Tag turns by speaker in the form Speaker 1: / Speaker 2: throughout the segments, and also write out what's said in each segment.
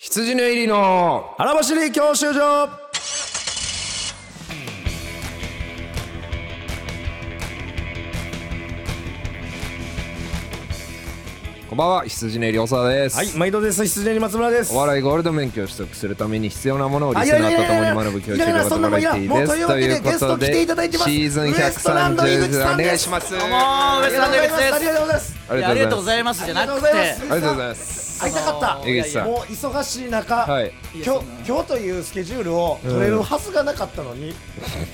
Speaker 1: 羊の入りの
Speaker 2: 腹走り教習所
Speaker 1: こんばんは羊の入り長田です、
Speaker 2: はい毎度です羊に松村です
Speaker 1: お笑いゴールド免許を取得するために必要なものをリ
Speaker 2: あい
Speaker 1: ス
Speaker 2: やい
Speaker 1: ナ
Speaker 2: やい
Speaker 1: ーと
Speaker 2: やい
Speaker 1: 共
Speaker 2: や
Speaker 1: に学ぶ教
Speaker 2: い
Speaker 1: 育
Speaker 2: らな
Speaker 1: の
Speaker 2: いそ
Speaker 1: こと
Speaker 2: んな
Speaker 1: が
Speaker 2: もんい
Speaker 1: で
Speaker 2: ら
Speaker 1: き
Speaker 2: ん
Speaker 1: い
Speaker 2: もう
Speaker 1: です
Speaker 2: というわけで
Speaker 1: とい
Speaker 2: ゲ
Speaker 1: う
Speaker 2: ス
Speaker 1: こと
Speaker 2: ト来ていただいてます
Speaker 1: シーズン
Speaker 2: ウエストランド井口さ
Speaker 1: 130お願
Speaker 2: ん
Speaker 1: い
Speaker 2: です
Speaker 1: します
Speaker 3: どうもーウエストランド井口です
Speaker 2: ありがとうございます
Speaker 1: あり
Speaker 3: あり
Speaker 1: がと
Speaker 3: がと
Speaker 1: う
Speaker 3: う
Speaker 1: ご
Speaker 3: ご
Speaker 1: ざい
Speaker 3: ざいますじ
Speaker 2: あ
Speaker 3: ゃな
Speaker 2: りがとう
Speaker 3: く
Speaker 2: ござい
Speaker 3: て
Speaker 2: ます
Speaker 1: ますありがとうございます
Speaker 2: 会いたかった
Speaker 3: あの
Speaker 1: 江口さん
Speaker 2: もう忙しい中、
Speaker 1: はい
Speaker 2: 今日今日というスケジュールを取れるはずがなかったのに、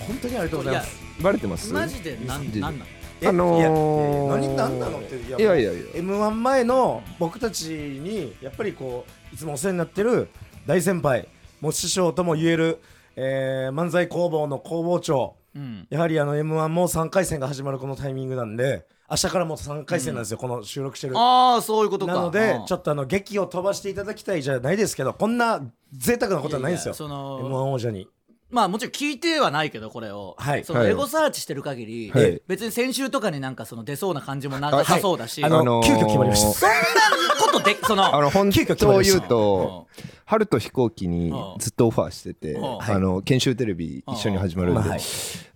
Speaker 2: 本当にありがとうございます
Speaker 1: バレてます
Speaker 3: マジでなんなんなん
Speaker 2: え
Speaker 1: あのー
Speaker 2: いやいや何何なのってい
Speaker 1: いやいやいや
Speaker 2: M1 前の僕たちにやっぱりこういつもお世話になってる大先輩もう師匠とも言える、えー漫才工房の工房長
Speaker 3: うん
Speaker 2: やはりあの M1 も3回戦が始まるこのタイミングなんで明日からもう3回戦なんですよ、この収録してる
Speaker 3: ああそういうことか
Speaker 2: なのでちょ
Speaker 3: っと
Speaker 2: っとあの劇を飛ばしていただきたいじゃないですけどこんな贅沢なことはないんですよ
Speaker 3: いやいやその
Speaker 2: M1 王者に
Speaker 3: まあもちろん聞いてはないけどこれを
Speaker 2: はい
Speaker 3: その
Speaker 1: はい
Speaker 3: エゴサーチしてる限り
Speaker 1: はい
Speaker 3: 別に先週とかになんかその出そうな感じもなさそうだし
Speaker 2: あ
Speaker 3: そんな
Speaker 1: あ
Speaker 2: の、
Speaker 1: のー
Speaker 2: 急遽決まりました
Speaker 3: ことでそ
Speaker 1: あ
Speaker 3: の
Speaker 1: の本
Speaker 2: 急遽決
Speaker 1: 当
Speaker 2: まり
Speaker 1: を
Speaker 2: ました
Speaker 1: 言うと春と飛行機にずっとオファーしてて
Speaker 3: うん
Speaker 1: あの研修テレビ一緒に始まるん
Speaker 2: うん
Speaker 1: で
Speaker 2: はい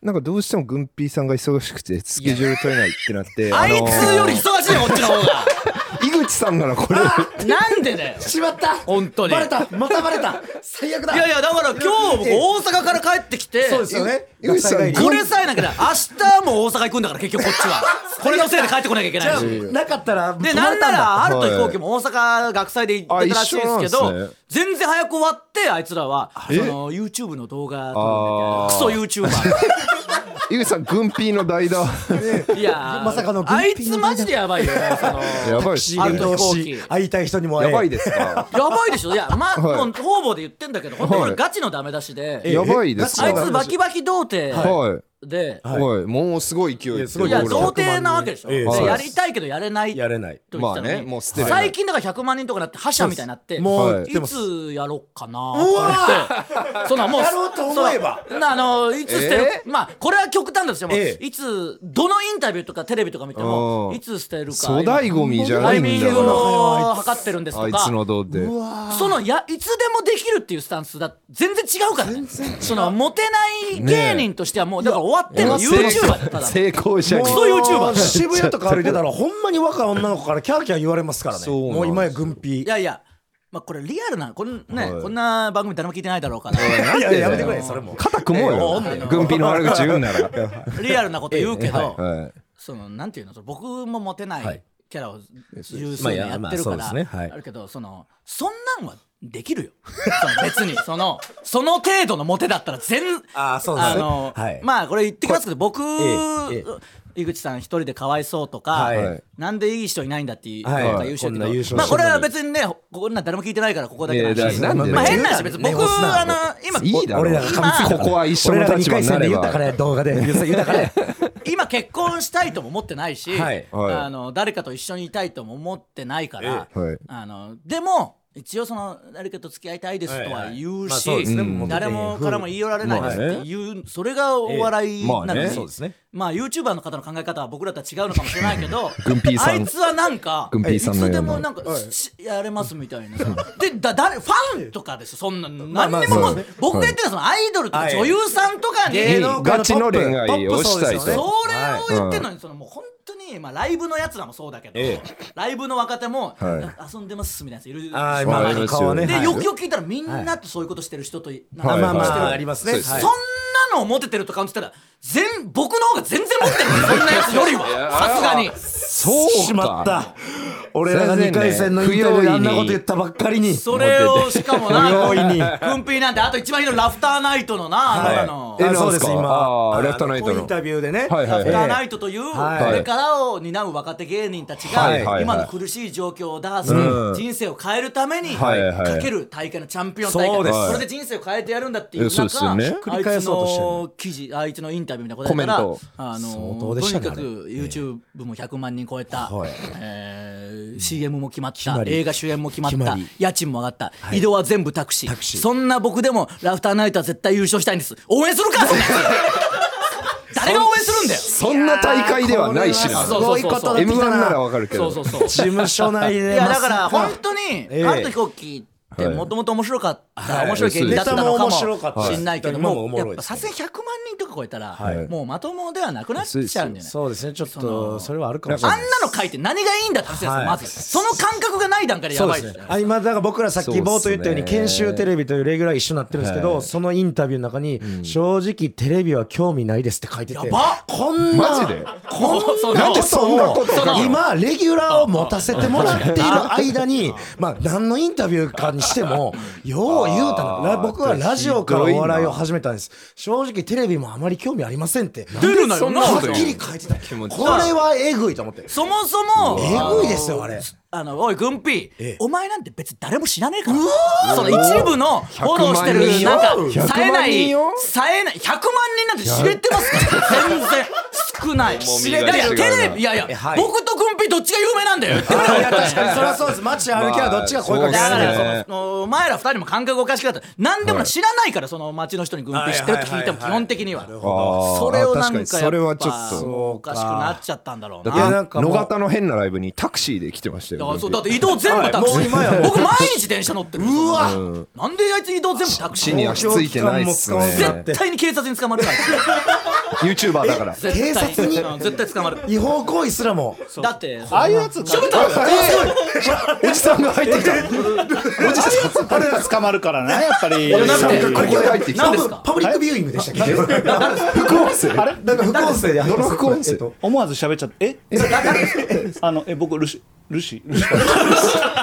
Speaker 1: なんかどうしても軍平さんが忙しくてスケジュール取れないってなって
Speaker 3: あい
Speaker 1: の
Speaker 3: つより忙しいよこっちの方が
Speaker 1: 井口さんならこれ
Speaker 3: なん でだよ
Speaker 2: しまった
Speaker 3: 本当に
Speaker 2: バレたまたバレた最悪だ
Speaker 3: いやいやだから今日僕大阪から帰ってきて
Speaker 2: そうですよね
Speaker 1: 井口さん
Speaker 2: 学祭帰り
Speaker 3: これさえなきゃだ明日も大阪行くんだから結局こっち はこれのせいで帰ってこなきゃいけ
Speaker 2: じ
Speaker 3: ない
Speaker 2: ゃ
Speaker 3: し
Speaker 2: あなかったら
Speaker 3: で、
Speaker 2: 止ま
Speaker 3: な
Speaker 2: れ
Speaker 3: ん
Speaker 2: た
Speaker 3: なら、
Speaker 1: は
Speaker 3: あ
Speaker 1: い
Speaker 3: ると飛行機も大阪学祭で行ってたらしいですけ
Speaker 1: あ一緒なん
Speaker 3: ど
Speaker 1: ですね、
Speaker 3: 全然早く終わって、あいつらは、その、YouTube の動画
Speaker 1: あ
Speaker 3: 撮るんだけど、クソ YouTuber。
Speaker 1: 井口さん軍平の代 打
Speaker 3: い やー、
Speaker 2: まさかの
Speaker 3: あいつマジでやばいよね、その。
Speaker 1: やばいっす
Speaker 2: シ
Speaker 1: ね
Speaker 2: ールドを
Speaker 3: ある飛
Speaker 2: し
Speaker 3: 行機
Speaker 2: 会いたい人にも会え
Speaker 1: やばいですか
Speaker 3: やばいでしょいや、まあ、
Speaker 1: はい
Speaker 3: もう、方々で言ってんだけど、本当にこれガチのダメ出し
Speaker 2: え
Speaker 3: で、
Speaker 1: やばいです
Speaker 3: あ
Speaker 1: か
Speaker 3: いつバキバキ童貞
Speaker 1: はい
Speaker 3: で、
Speaker 2: はい
Speaker 1: はい、もうすごい勢いですよ
Speaker 3: いや、
Speaker 2: すごい
Speaker 3: 童貞なわけでしょ
Speaker 2: ええ
Speaker 3: で
Speaker 1: はい
Speaker 3: やりたいけどやれない
Speaker 2: やれない
Speaker 3: と言ってたの
Speaker 1: まあねも
Speaker 3: に
Speaker 1: う捨てれない
Speaker 3: 最近だから100万人とかなって覇者みたいになって
Speaker 2: も
Speaker 1: は
Speaker 2: う
Speaker 1: い
Speaker 2: 来て
Speaker 3: い
Speaker 2: ます
Speaker 3: つやろうかなと思ってそのもう
Speaker 2: やろうと思えば
Speaker 3: そのなあのいつ捨てる、まあこれは極端だとしても、
Speaker 2: ええ
Speaker 3: いつどのインタビューとかテレビとか見て
Speaker 1: う
Speaker 3: も
Speaker 1: ん
Speaker 3: いつ捨てるか
Speaker 1: 粗大ゴミじゃ
Speaker 3: タ
Speaker 1: な
Speaker 3: イ
Speaker 1: い
Speaker 3: ミ
Speaker 1: ん
Speaker 3: ン
Speaker 1: だ
Speaker 3: グ
Speaker 1: か
Speaker 3: を測ってるんです
Speaker 1: らあ
Speaker 3: と
Speaker 1: いつ
Speaker 3: か
Speaker 1: のどうで
Speaker 3: そのやいつでもできるっていうスタンスだ全然違うからねそのモテない芸人としてはもうだから終わってるの YouTuber だっただ
Speaker 1: 成功者に
Speaker 3: クソ YouTuber
Speaker 2: 渋谷とか歩いてたらほんまに若い女の子からキャーキャー言われますからね
Speaker 1: そうなんですよ
Speaker 2: もう今や軍備
Speaker 3: いやいやまあこれリアルなこん,、ね
Speaker 1: はい
Speaker 3: こんな番組誰も聞いてないだろうから
Speaker 2: いやいややめてくれそれも
Speaker 1: 肩組 もうよ
Speaker 2: ええ
Speaker 1: 軍備の悪口言う なら
Speaker 3: リアルなこと言うけど、
Speaker 1: はい
Speaker 3: そのなんていうのその僕もモテな
Speaker 2: はい
Speaker 3: いキャラを十数年やってるか
Speaker 2: まあ
Speaker 3: ら
Speaker 2: そうですねはい
Speaker 3: あるけどそのそんなんはできるよその別にそのその程度のモテだったら全
Speaker 2: ああそうです
Speaker 3: あ
Speaker 2: ね
Speaker 3: の、
Speaker 2: はい
Speaker 3: まあこれ言ってきますけど僕、
Speaker 2: ええ
Speaker 3: 井口さん一人でかわいそうとか、
Speaker 2: はい
Speaker 3: なんでいい人いないんだっていう、
Speaker 2: はい
Speaker 3: なんか優秀って
Speaker 2: こんな優勝
Speaker 3: まあこれ
Speaker 2: して
Speaker 3: は
Speaker 2: んのに
Speaker 3: 別にねこんなん誰も聞いてないからここだけなん
Speaker 1: いや
Speaker 3: で
Speaker 1: だからなんで
Speaker 3: まあ変な話別に
Speaker 2: ね
Speaker 3: 僕、
Speaker 2: 押すな
Speaker 3: あの今
Speaker 1: いいだろ
Speaker 2: 俺らが噛みついたから
Speaker 1: ここは一緒の
Speaker 2: 俺らが
Speaker 1: 立場
Speaker 2: 二
Speaker 1: にな
Speaker 2: 回戦で
Speaker 1: れ
Speaker 2: 言っ
Speaker 1: ば
Speaker 2: たから動 画で言ったから
Speaker 3: 今結婚したいとも思ってないし、
Speaker 2: はい
Speaker 1: はい
Speaker 3: あの誰かと一緒にいたいとも思ってないから、
Speaker 1: ええはい
Speaker 3: あのでも一応その誰かと付き合いたいですとは言
Speaker 2: はいはい
Speaker 3: うし、
Speaker 2: まあそうですね
Speaker 3: うん誰もからも言い寄られないですって言う、それがお笑いなのに、
Speaker 1: ええまあね
Speaker 2: そうですね
Speaker 3: まあ YouTuber の方の考え方は僕らとは違うのかもしれないけど
Speaker 1: 軍ピーさん
Speaker 3: あいつはなんか
Speaker 1: 軍ピー
Speaker 3: い
Speaker 1: さんのような
Speaker 3: つでもなんか、しやれますみたいなでだ誰ファンとかでしょそんな何にも、
Speaker 2: あまあそうですね
Speaker 3: 僕が言ってるのはそのアイドルとか女優さんとかに、
Speaker 2: 芸能界
Speaker 1: ガチの恋愛をしたい
Speaker 2: トップそうですよね
Speaker 1: と
Speaker 3: それを言ってんのに、そのもう本当に、まあ、ライブのやつらもそうだけど、
Speaker 2: ええ
Speaker 3: ライブの若手も、
Speaker 1: は
Speaker 3: 遊んでますみたいなやついるでしょ
Speaker 2: ああ
Speaker 1: まあ
Speaker 2: 今の顔はね
Speaker 3: で、
Speaker 2: はい
Speaker 3: よくよく聞いたらみんなとそういうことしてる人と、なんか
Speaker 1: はい
Speaker 2: まあま
Speaker 1: はい
Speaker 2: あありますね
Speaker 1: そうです
Speaker 2: はい
Speaker 3: そんなのをモテてると感じたら全僕の方が全然モテてるよそんなやつよりはさすがに
Speaker 1: そう
Speaker 2: しまっ
Speaker 1: か
Speaker 2: た俺らが2回戦のインタビューであんなこと言ったばっかりに
Speaker 3: それをしかもな
Speaker 2: 不用意に
Speaker 3: くんぴーなんてあと一番いいのラフターナイトのな、あなたの
Speaker 1: えな
Speaker 2: あ
Speaker 1: んすか
Speaker 2: そうです今
Speaker 1: あー
Speaker 2: あ
Speaker 1: レフトナイトの
Speaker 2: インタビューでね
Speaker 1: はいはいはい
Speaker 3: ラフターナ
Speaker 2: イ
Speaker 3: イトというこ
Speaker 2: はい
Speaker 3: れからを担う若手芸人たち
Speaker 1: はいはいは
Speaker 3: が
Speaker 1: い
Speaker 3: 今の苦しい状況を打破す
Speaker 1: うん
Speaker 3: る人生を変えるために
Speaker 1: はいはい
Speaker 3: かける大会のチャンピオン大
Speaker 2: そうです
Speaker 3: 会これで人生を変えてやるんだっていう
Speaker 1: えそう
Speaker 3: 中
Speaker 1: ですよね
Speaker 3: あ
Speaker 2: 繰り返
Speaker 3: いつ
Speaker 2: そうとしてる
Speaker 3: の記事あいつのインタビューみたいなことやか
Speaker 1: コメン
Speaker 3: ら
Speaker 1: ト
Speaker 3: あ
Speaker 2: 相
Speaker 3: の
Speaker 2: 当
Speaker 3: と
Speaker 2: でした
Speaker 3: に
Speaker 2: ね
Speaker 3: かく YouTube も100万人超えた
Speaker 2: はい
Speaker 3: えー CM も決まっ
Speaker 2: ま
Speaker 3: た
Speaker 2: り
Speaker 3: 映画主演も決まっ
Speaker 2: 決ま
Speaker 3: た
Speaker 2: り
Speaker 3: 家賃も上がった移動は全部タクシ
Speaker 2: タクシ
Speaker 3: ー
Speaker 2: ー
Speaker 3: そんな僕でもラフターナイトは絶対優勝したいんです応援するかそんなやつ誰が応援するんだよ
Speaker 1: そんな大会ではないしな
Speaker 3: やーこれはそうそうそう
Speaker 2: ことだ
Speaker 1: M1 ならわかるけど
Speaker 3: そうそうそう
Speaker 2: 事務所内で
Speaker 3: いやだから本
Speaker 2: 当
Speaker 3: 当に
Speaker 2: ええ
Speaker 3: 春と飛行機って
Speaker 1: はい
Speaker 3: もともと面白かった、
Speaker 2: はい
Speaker 3: 面白い芸人だったのかもしんないけど
Speaker 2: ネタも
Speaker 3: も
Speaker 2: 面白かったし
Speaker 3: やっぱさすがに100万人とか超えたら、
Speaker 2: はい
Speaker 3: もうまともではなくなっちゃうんだよね
Speaker 2: そうですねちょっ
Speaker 3: その
Speaker 2: とそれはあるか
Speaker 3: あ
Speaker 2: も
Speaker 3: ん
Speaker 2: しれ
Speaker 3: な
Speaker 2: ない
Speaker 3: の書いて何がいいんだって話ですよ、
Speaker 2: はい
Speaker 3: まずその感覚がない段階でや
Speaker 2: そう
Speaker 3: ば
Speaker 2: で
Speaker 3: いですす
Speaker 2: ね
Speaker 3: よ
Speaker 2: あ今だから僕らさっ
Speaker 1: そう
Speaker 2: き
Speaker 1: っすね
Speaker 2: 冒頭言ったように研修テレビというレギュラー一緒になってるんですけど
Speaker 1: はい
Speaker 2: そのインタビューの中に「正直テレビは興味ないです」って書いてて
Speaker 3: やばっ
Speaker 2: こんな
Speaker 1: マジで
Speaker 2: こん
Speaker 3: な
Speaker 2: なんこ
Speaker 3: で
Speaker 2: と
Speaker 3: そんなこ
Speaker 2: を
Speaker 3: と書くの
Speaker 2: 今レギュラーを持たせてもらっている間 にまあ何のインタビューかにしてもよう言うたなら僕はラジオからお笑いを始めたんです正直テレビもあまり興味ありませんって
Speaker 3: 出るなよな
Speaker 2: はっ
Speaker 3: そんなこと
Speaker 2: きり書いてたこ
Speaker 1: 持ち悪い
Speaker 2: れはえぐいと思 って
Speaker 3: そもそも
Speaker 2: えぐいですよあれ
Speaker 3: あのおい軍ピ
Speaker 2: ええ
Speaker 3: ーお前なんて別に誰も知らねえからその一部のフォローして
Speaker 1: 100万
Speaker 3: る
Speaker 1: 人
Speaker 3: なん
Speaker 1: よ
Speaker 3: か冴えな
Speaker 1: 100万人
Speaker 3: い
Speaker 1: よ
Speaker 3: 冴えない100万人なんて知れてますから全然少ない知れ
Speaker 1: 身
Speaker 3: な
Speaker 1: が
Speaker 3: い
Speaker 1: 違うな
Speaker 3: や
Speaker 1: い
Speaker 3: やテレビいやい
Speaker 2: え
Speaker 3: や
Speaker 2: はい
Speaker 3: 僕と軍ピーどっちが有名 なんだよだ
Speaker 2: いや確かにそれはそうです街歩きはどっちが声かけ
Speaker 3: だからら
Speaker 2: れ
Speaker 3: そ
Speaker 2: る
Speaker 3: の
Speaker 1: ね
Speaker 3: そのお前ら二人も感覚おかしくなった何でもない知らないからその街の人に軍
Speaker 2: か
Speaker 3: ピー知ってるって聞いても基本基本的には
Speaker 1: あー
Speaker 3: それをな
Speaker 1: 確
Speaker 3: んか
Speaker 1: にそれ
Speaker 3: や
Speaker 1: は
Speaker 3: っ
Speaker 1: ちょっ
Speaker 3: ぱ
Speaker 1: と
Speaker 3: おかしくなっちゃったんだろう
Speaker 1: だ
Speaker 3: な
Speaker 1: って
Speaker 2: いやなんかもう
Speaker 1: 野方の変なライブにタクシーで来てましたよ
Speaker 3: あそう
Speaker 1: グ
Speaker 3: だ
Speaker 1: ン
Speaker 3: っ
Speaker 1: ピ
Speaker 3: て移動全部タクシ
Speaker 2: はいもう今や
Speaker 3: ー僕毎日電車乗ってるうわなんであいつ移動全部タクシ
Speaker 1: 地
Speaker 3: ー
Speaker 1: に足ついてないっす
Speaker 2: 公共機関も使わ
Speaker 1: ね
Speaker 2: ず
Speaker 3: 絶対に警察に捕まるから
Speaker 1: YouTuber だから
Speaker 3: 絶 対
Speaker 2: 警察に
Speaker 3: うん絶対捕まる
Speaker 2: 違法行為すらも
Speaker 3: だって
Speaker 2: ああいうやつ
Speaker 3: ちょっと待って
Speaker 1: おじさんが入ってきた
Speaker 4: あれは捕まるから ね、やっぱり。
Speaker 3: なん
Speaker 1: さん
Speaker 3: で
Speaker 1: がここで入ってき
Speaker 3: な
Speaker 1: た
Speaker 3: んですか
Speaker 2: パブリックビューイングでしたっけ
Speaker 1: 副音声あれ
Speaker 2: なんか副音声で
Speaker 1: どの副音声
Speaker 2: えっと
Speaker 4: 思わず喋っちゃって、えあの、え、僕、ルシ、ルシ、ルシ。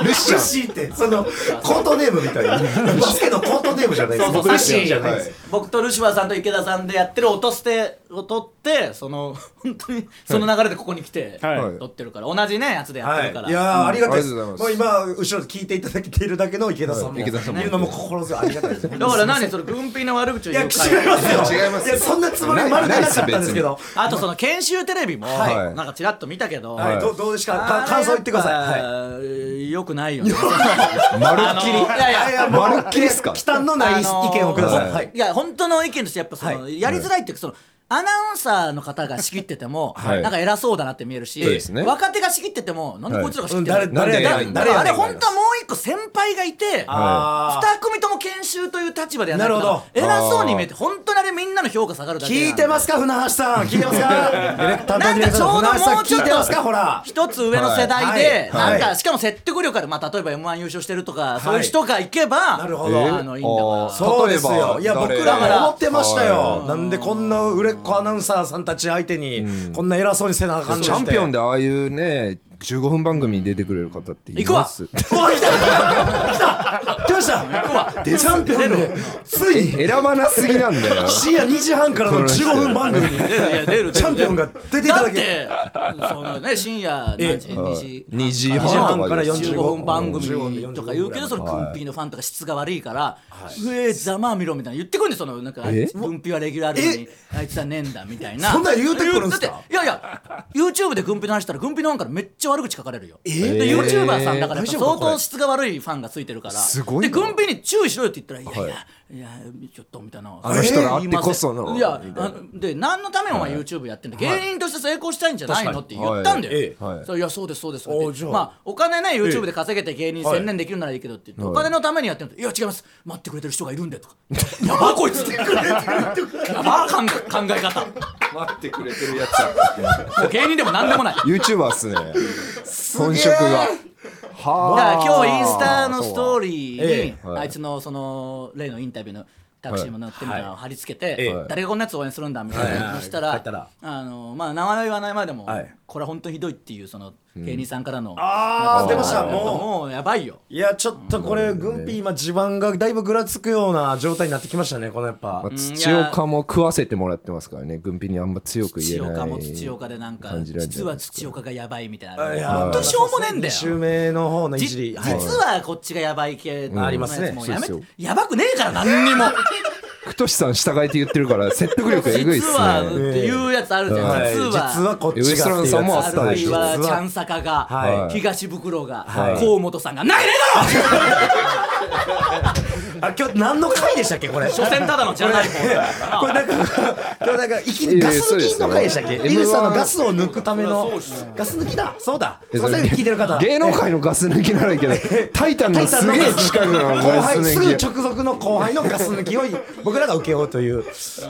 Speaker 1: ルシちゃん
Speaker 2: シーってそのコートネームみたいなバスケのコートネームじゃないです
Speaker 3: そうそう
Speaker 2: ル
Speaker 3: サ
Speaker 2: シー
Speaker 3: シ
Speaker 2: じゃないです
Speaker 3: 僕とルシファーさんと池田さんでやってる音捨てを取ってその本当にその流れでここに来て
Speaker 4: はい
Speaker 3: 撮ってるから同じねやつでやってるか
Speaker 2: はい、い
Speaker 3: ら
Speaker 2: やーありがたいです。
Speaker 1: ありがとう
Speaker 2: もう
Speaker 1: ござい
Speaker 2: 今後ろで聞いていただけているだけの池田さんも、
Speaker 1: はい池田さんも
Speaker 2: いうのも心強いありがたいです。
Speaker 3: だから何その軍備の悪口を
Speaker 2: いや
Speaker 3: 言
Speaker 2: 違
Speaker 3: う
Speaker 2: い
Speaker 3: 会
Speaker 2: ますよ。
Speaker 1: 違いますよ
Speaker 2: やそんなつもりはまるでなかったんですけど。
Speaker 3: あとその研修テレビも
Speaker 1: い
Speaker 3: なんかちらっと見たけど
Speaker 2: はい、どうどうですかか感想言ってください。はい
Speaker 3: い。よくないよね。
Speaker 1: まるっき
Speaker 3: あのいやいや
Speaker 2: いや
Speaker 1: まるっきりっすか
Speaker 2: 忌憚のない意見をください。はい
Speaker 3: いや本当の意見としてやっぱその
Speaker 2: は
Speaker 3: やりづらいっていうかその。アナウンサーの方が仕切ってても、
Speaker 1: はい
Speaker 3: なんか偉そうだなって見えるし、
Speaker 1: そうですね
Speaker 3: 若手が仕切ってても、なんでこいつらが仕切ってんの
Speaker 2: はいうん誰
Speaker 1: 誰や
Speaker 3: だ
Speaker 1: ねん
Speaker 3: だからあ
Speaker 2: 誰
Speaker 3: れ、
Speaker 2: やねん
Speaker 3: 本当はもう一個先輩がいて、
Speaker 2: あー
Speaker 3: 二組とも研修という立場でやらない
Speaker 2: なる
Speaker 3: と
Speaker 2: ほ、ど
Speaker 3: 偉そうに見えて、本当にあれ、みんなの評価下がるだけなんで
Speaker 2: 聞いてますか船橋さん聞いてますかディレクター
Speaker 3: なん
Speaker 2: ディレク
Speaker 3: か
Speaker 2: タ
Speaker 3: ちょ
Speaker 2: ー
Speaker 3: うど
Speaker 2: の船橋さん
Speaker 3: もうちょ
Speaker 2: 聞
Speaker 3: っ
Speaker 2: いてますかほ
Speaker 3: と
Speaker 2: ら
Speaker 3: 一つ上の世代で、
Speaker 2: はい
Speaker 3: なん
Speaker 2: は
Speaker 3: か
Speaker 2: い
Speaker 3: しかも説得力ある、まあ、例えば m 1優勝してるとか、
Speaker 2: い
Speaker 3: そういう人がいけば
Speaker 2: なるほ
Speaker 1: え
Speaker 2: ど
Speaker 1: ー
Speaker 3: あのいいんだ
Speaker 1: あー
Speaker 3: か
Speaker 2: そうです
Speaker 1: 例えば
Speaker 2: よいや僕
Speaker 1: 誰
Speaker 2: ら
Speaker 3: 誰
Speaker 2: も思ってましたよなんでこんな売れっ子アナウンサーさんたち相手にこんな偉そうにせなあかんの
Speaker 1: チャンピオン
Speaker 2: だ
Speaker 1: でああいうね15分番組に出てくれる方っています
Speaker 3: 行
Speaker 2: うわ来た来た来ましたチャン
Speaker 3: ら。
Speaker 2: ピオンでついに
Speaker 1: 選ばなすぎなんだ よ
Speaker 2: 深夜2時半からの15分番組に
Speaker 3: 出 るいや出る出る
Speaker 2: チャンピオンが出ていた
Speaker 3: だ
Speaker 2: だけ
Speaker 3: ってそのね深夜何時2時
Speaker 1: 2時
Speaker 2: 2時
Speaker 1: 半
Speaker 2: 半
Speaker 1: と
Speaker 2: か
Speaker 1: からで
Speaker 2: 45
Speaker 3: 15分番組とか言うけどその
Speaker 1: はい
Speaker 3: 軍ピーのファンとか質が悪いから「うえざまあ見ろ」みたいな言ってくるんですよそのなんかあい
Speaker 1: え
Speaker 3: つ軍ピーはレギュラーあるのにあいつはねえんだみたいな
Speaker 2: そんなん言うてくるんすか
Speaker 3: だっていやいや YouTube で軍ピーの話したら軍ピーのファンからめっちゃ悪口書かれるよで
Speaker 1: え
Speaker 3: YouTuber さんだからや
Speaker 2: 大
Speaker 3: っぱ
Speaker 2: 丈夫
Speaker 3: 相
Speaker 2: かこれ
Speaker 3: 当質が悪いファンがついてるから
Speaker 1: すごいな
Speaker 3: で軍ピーに注意しろよって言ったら「いやいやいやちょっと」みたいな
Speaker 1: あの人らあってこそ
Speaker 3: 言
Speaker 1: の
Speaker 3: いませんいやあので何のためにお前 YouTube やってんだ芸人として成功したいんじゃないのって言ったんだよ
Speaker 1: 確かにはいええ
Speaker 3: そういやそうですそうです
Speaker 2: おじゃあ
Speaker 3: まあお金ね YouTube で稼げて芸人専念できるならいいけどって言ってお金のためにやってるのいや違います待ってくれてる人がいるんでとか やばこい つってやば考え考え方
Speaker 1: 待ってくれてるやつだ
Speaker 3: もう芸人でも何でもない
Speaker 1: YouTuber っすね本職が
Speaker 3: だから
Speaker 1: は
Speaker 3: 今日インスタのストーリーに
Speaker 1: えはい
Speaker 3: あいつのその例のインタビューのタクシーも乗ってみたいなのを貼り付け
Speaker 2: え
Speaker 3: て
Speaker 2: え
Speaker 3: 誰がこんなやつ応援するんだみたい
Speaker 2: は
Speaker 3: ないそした
Speaker 2: 書いたら
Speaker 3: らあのまあ名前は言わないまでも
Speaker 2: はい
Speaker 3: これは本当にひどいっていうその芸人さんからの
Speaker 2: あー出ました
Speaker 3: やっぱ
Speaker 2: もう
Speaker 3: もうやばいよ
Speaker 2: いやちょっとこれ軍ピー今地盤がだいぶぐらつくような状態になってきましたねこのやっぱ
Speaker 1: まあ土岡も食わせてもらってますからね軍備にあんま強く言え
Speaker 3: 土
Speaker 1: ない
Speaker 3: 岡も土岡でなんか
Speaker 1: 感じられて
Speaker 3: 実
Speaker 1: る
Speaker 3: は土岡がやばいみたいな
Speaker 2: あいや
Speaker 3: 本当にしょうもねえんだ
Speaker 2: 2週
Speaker 3: よ
Speaker 2: 目の方のい
Speaker 3: じ
Speaker 2: じり
Speaker 3: 実
Speaker 2: はい
Speaker 3: はこっちがやばい系の
Speaker 2: ありますね
Speaker 3: やつもうやめ
Speaker 1: そう
Speaker 3: て
Speaker 1: です
Speaker 3: やばくねえから 何にも
Speaker 1: ふとしさん従えて言ってるから説得力えぐいっ
Speaker 3: 実
Speaker 1: す
Speaker 3: はって
Speaker 1: ね
Speaker 3: いうやつあるじゃん
Speaker 2: はい
Speaker 3: 実は
Speaker 2: 実はこっちがってい
Speaker 1: ウエ
Speaker 2: うやつ
Speaker 1: ストランドさんもあ
Speaker 3: あ
Speaker 1: っ
Speaker 3: る
Speaker 1: たで
Speaker 3: い
Speaker 1: しょ
Speaker 3: は
Speaker 2: 実
Speaker 3: ち
Speaker 2: は
Speaker 3: ゃんさかが、
Speaker 2: はい
Speaker 3: 東袋が、
Speaker 2: はい
Speaker 3: 河本さんが、ないねえだろ
Speaker 2: あ今日何の回でしたっけこれ。
Speaker 3: 所詮ただのチャラい
Speaker 2: これなんか今日なんか息にガス抜きの回でしたっけ？
Speaker 1: いやいやそうですよ
Speaker 2: 井口さんのガスを抜くためのガス抜きだ。そうだ。すいません聞いてる方。
Speaker 1: 芸能界のガス抜きならいいけど、タイタンのすげえ近くの
Speaker 2: 後
Speaker 1: ガス
Speaker 2: 輩すぐ
Speaker 1: 抜き。
Speaker 2: 直属の後輩のガス抜きを僕らが受けようという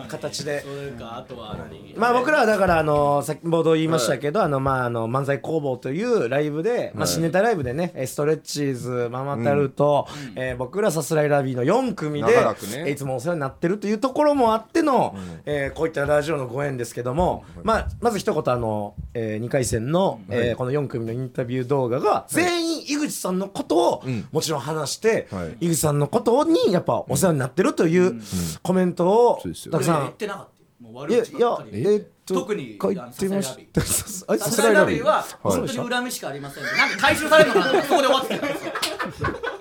Speaker 2: 形で。
Speaker 3: かあとは何
Speaker 2: まあ僕らはだからあの先ほど言いましたけど、あのまああの漫才工房というライブで、まあ新ネタライブでねえーストレッチーズママタルト、えー僕らさすらいラビーの4組で、
Speaker 1: 長らくね
Speaker 2: えーいつもお世話になってるというところもあっての、えーこういったラジオのご縁ですけども、まあまず一言あの、え2回戦の、えーこの4組のインタビュー動画が全員井口さんのことをもちろん話して、
Speaker 1: はい
Speaker 2: 井口さんのことにやっぱお世話になってるというコメントを
Speaker 1: そうですよ
Speaker 2: たくさ
Speaker 3: 言
Speaker 2: ん
Speaker 3: ってなかったよも
Speaker 2: い
Speaker 3: う悪
Speaker 2: や、
Speaker 3: 口
Speaker 2: い
Speaker 3: ばっ
Speaker 2: や
Speaker 3: か、り
Speaker 2: えっと、
Speaker 3: 特に
Speaker 2: 書いてました。あい
Speaker 3: サ
Speaker 2: つ
Speaker 3: スライ ラビーは
Speaker 1: はい
Speaker 3: 本当に恨みしかありませんでなんか回収されるのかなそこで終わってたんですよ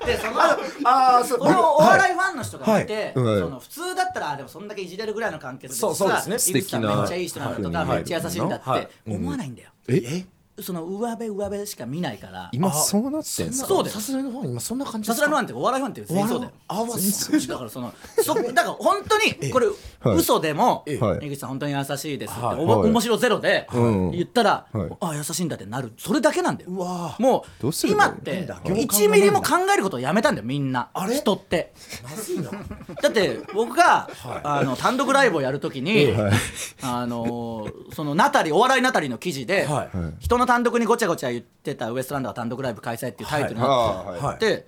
Speaker 3: でその
Speaker 2: ああ、そう、
Speaker 3: このお
Speaker 2: はい
Speaker 3: 笑いファンの人がいて、
Speaker 1: はいはい
Speaker 3: その普通だったらあでもそんだけいじれるぐらいの関係で
Speaker 2: そうそうですね
Speaker 3: 実
Speaker 1: 素
Speaker 3: は井口さん
Speaker 1: 敵な
Speaker 3: めっちゃいい人なんだとか、
Speaker 1: はい
Speaker 3: めっちゃ優しいんだっ
Speaker 2: は
Speaker 3: て
Speaker 2: い
Speaker 3: 思わないんだよ、
Speaker 1: え、
Speaker 3: その上辺上辺しか見ないから
Speaker 1: 今そうなってんすか。
Speaker 3: そうだよ
Speaker 2: さすらいのファン、今そんな感じ
Speaker 3: さ
Speaker 2: ですす
Speaker 3: ら
Speaker 2: か。
Speaker 3: いのファンってお笑いファンって全員そうだよ
Speaker 2: お笑いファンあ
Speaker 3: 全員そうだからそのそだから本当にこれ
Speaker 1: はい
Speaker 3: 嘘でも
Speaker 1: はい
Speaker 3: 江口さん本当に優しいですって
Speaker 2: はい
Speaker 3: おも
Speaker 1: はい
Speaker 3: 面白ゼロで
Speaker 1: うん
Speaker 3: 言ったら
Speaker 1: はい
Speaker 3: あ優しいんだってなるそれだけなんだよ
Speaker 2: うわー
Speaker 3: もう
Speaker 1: どうすれば
Speaker 3: 今
Speaker 1: いい
Speaker 3: って
Speaker 2: 業界
Speaker 3: 1ミリも考えることをやめたんだよみんな
Speaker 2: あれ
Speaker 3: 人って
Speaker 2: まずいな。
Speaker 3: だって僕があの単独ライブをやるときに
Speaker 1: はい
Speaker 3: あのーそのナタリーお笑いナタリーの記事で
Speaker 2: はい
Speaker 1: はい
Speaker 3: 人の単独にごちゃごちゃ言ってたウエストランドが単独ライブ開催っていうタイトルになってた
Speaker 1: ああはい
Speaker 2: はい。
Speaker 3: で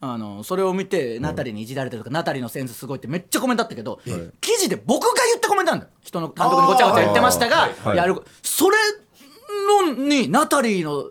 Speaker 3: あのそれを見てナタリーにいじられてるとか、ナタリーのセンスすごいってめっちゃコメントあったけど、記事で僕が言ったコメントなんだよ人の単独にごちゃごちゃ言ってましたが
Speaker 1: あーはい
Speaker 3: やるそれのにナタリーの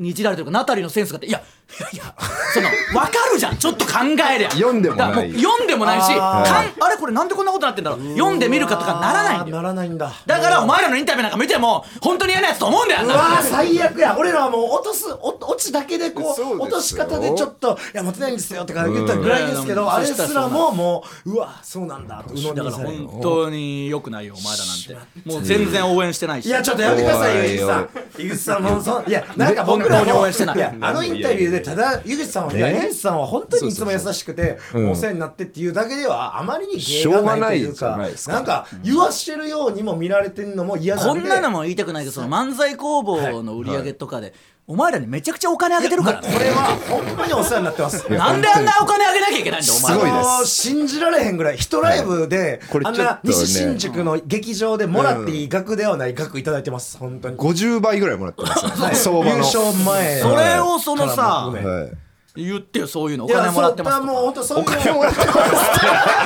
Speaker 3: にいじられてるとかナタリーのセンスがあっていやいやいやその分かるじゃんちょっと考えりゃ
Speaker 1: 読んでもない
Speaker 3: だからう読んでもないしか
Speaker 2: あ
Speaker 3: ん
Speaker 2: ー
Speaker 3: あれこれなんでこんなことなってんだろう読んでみるかとかならないんだよ
Speaker 2: ならないんだ。
Speaker 3: だからお前らのインタビューなんか見ても本当に嫌なやつと思うんだよ
Speaker 2: うわー最悪や俺らはもう落とすお落ちだけで
Speaker 1: そ
Speaker 2: こう
Speaker 1: うですよ
Speaker 2: 落とし方でちょっと「いや持てないんですよ」とか言ったぐらいですけ
Speaker 3: うん
Speaker 2: どあれすらももううわーそうなんだと
Speaker 3: だから
Speaker 2: うのにさ
Speaker 3: 本当に良くないよお前らなんてもう全然応援してないし
Speaker 2: いやちょっとやめてくださ
Speaker 1: 怖
Speaker 2: い
Speaker 1: い
Speaker 2: 井口
Speaker 1: よ
Speaker 2: さん井口さんもそいやなんか僕ら
Speaker 3: 本当に
Speaker 2: も
Speaker 3: 応援してない
Speaker 2: やあのインタビューでただ井口さんはいや
Speaker 1: ね
Speaker 2: 井口さんは本当にいつも優しくてお世話になってっていうだけではあまりに芸がないという
Speaker 1: しょうが
Speaker 2: か
Speaker 1: ないですよ
Speaker 2: なんか言わしてるようにも見られてんのも嫌な
Speaker 3: こ
Speaker 2: んで
Speaker 3: んなのも言いたくないけどその漫才工房の売り上げとかで、お前らにめちゃくちゃお金あげてるからね、
Speaker 2: これはほんまにお世話になってます
Speaker 3: なんであんなお金あげなきゃいけないんだよお前
Speaker 1: すごい
Speaker 3: ら
Speaker 1: です
Speaker 2: もう信じられへんぐらい一ライブで、
Speaker 1: これち
Speaker 2: あ
Speaker 1: ょっ
Speaker 2: ん
Speaker 1: とね
Speaker 2: な西新宿の劇場でもらっていい額ではない額いただいてます本当に、
Speaker 1: 五十倍ぐらいもらってますよ。相場
Speaker 2: 優
Speaker 1: の。
Speaker 2: 勝前
Speaker 3: それをそのさ
Speaker 2: はい
Speaker 1: はい。
Speaker 3: 言ってよそういうのお
Speaker 2: いや
Speaker 3: 金もらってます
Speaker 2: そう
Speaker 3: と
Speaker 2: もう
Speaker 3: か
Speaker 2: 本当そういう
Speaker 1: お金もらってますって。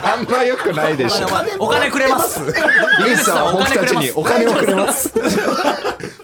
Speaker 1: あんま良くないで
Speaker 3: お
Speaker 1: しょ
Speaker 3: 金。はお金くれます
Speaker 1: イエスさんは僕たちにお金をくれます。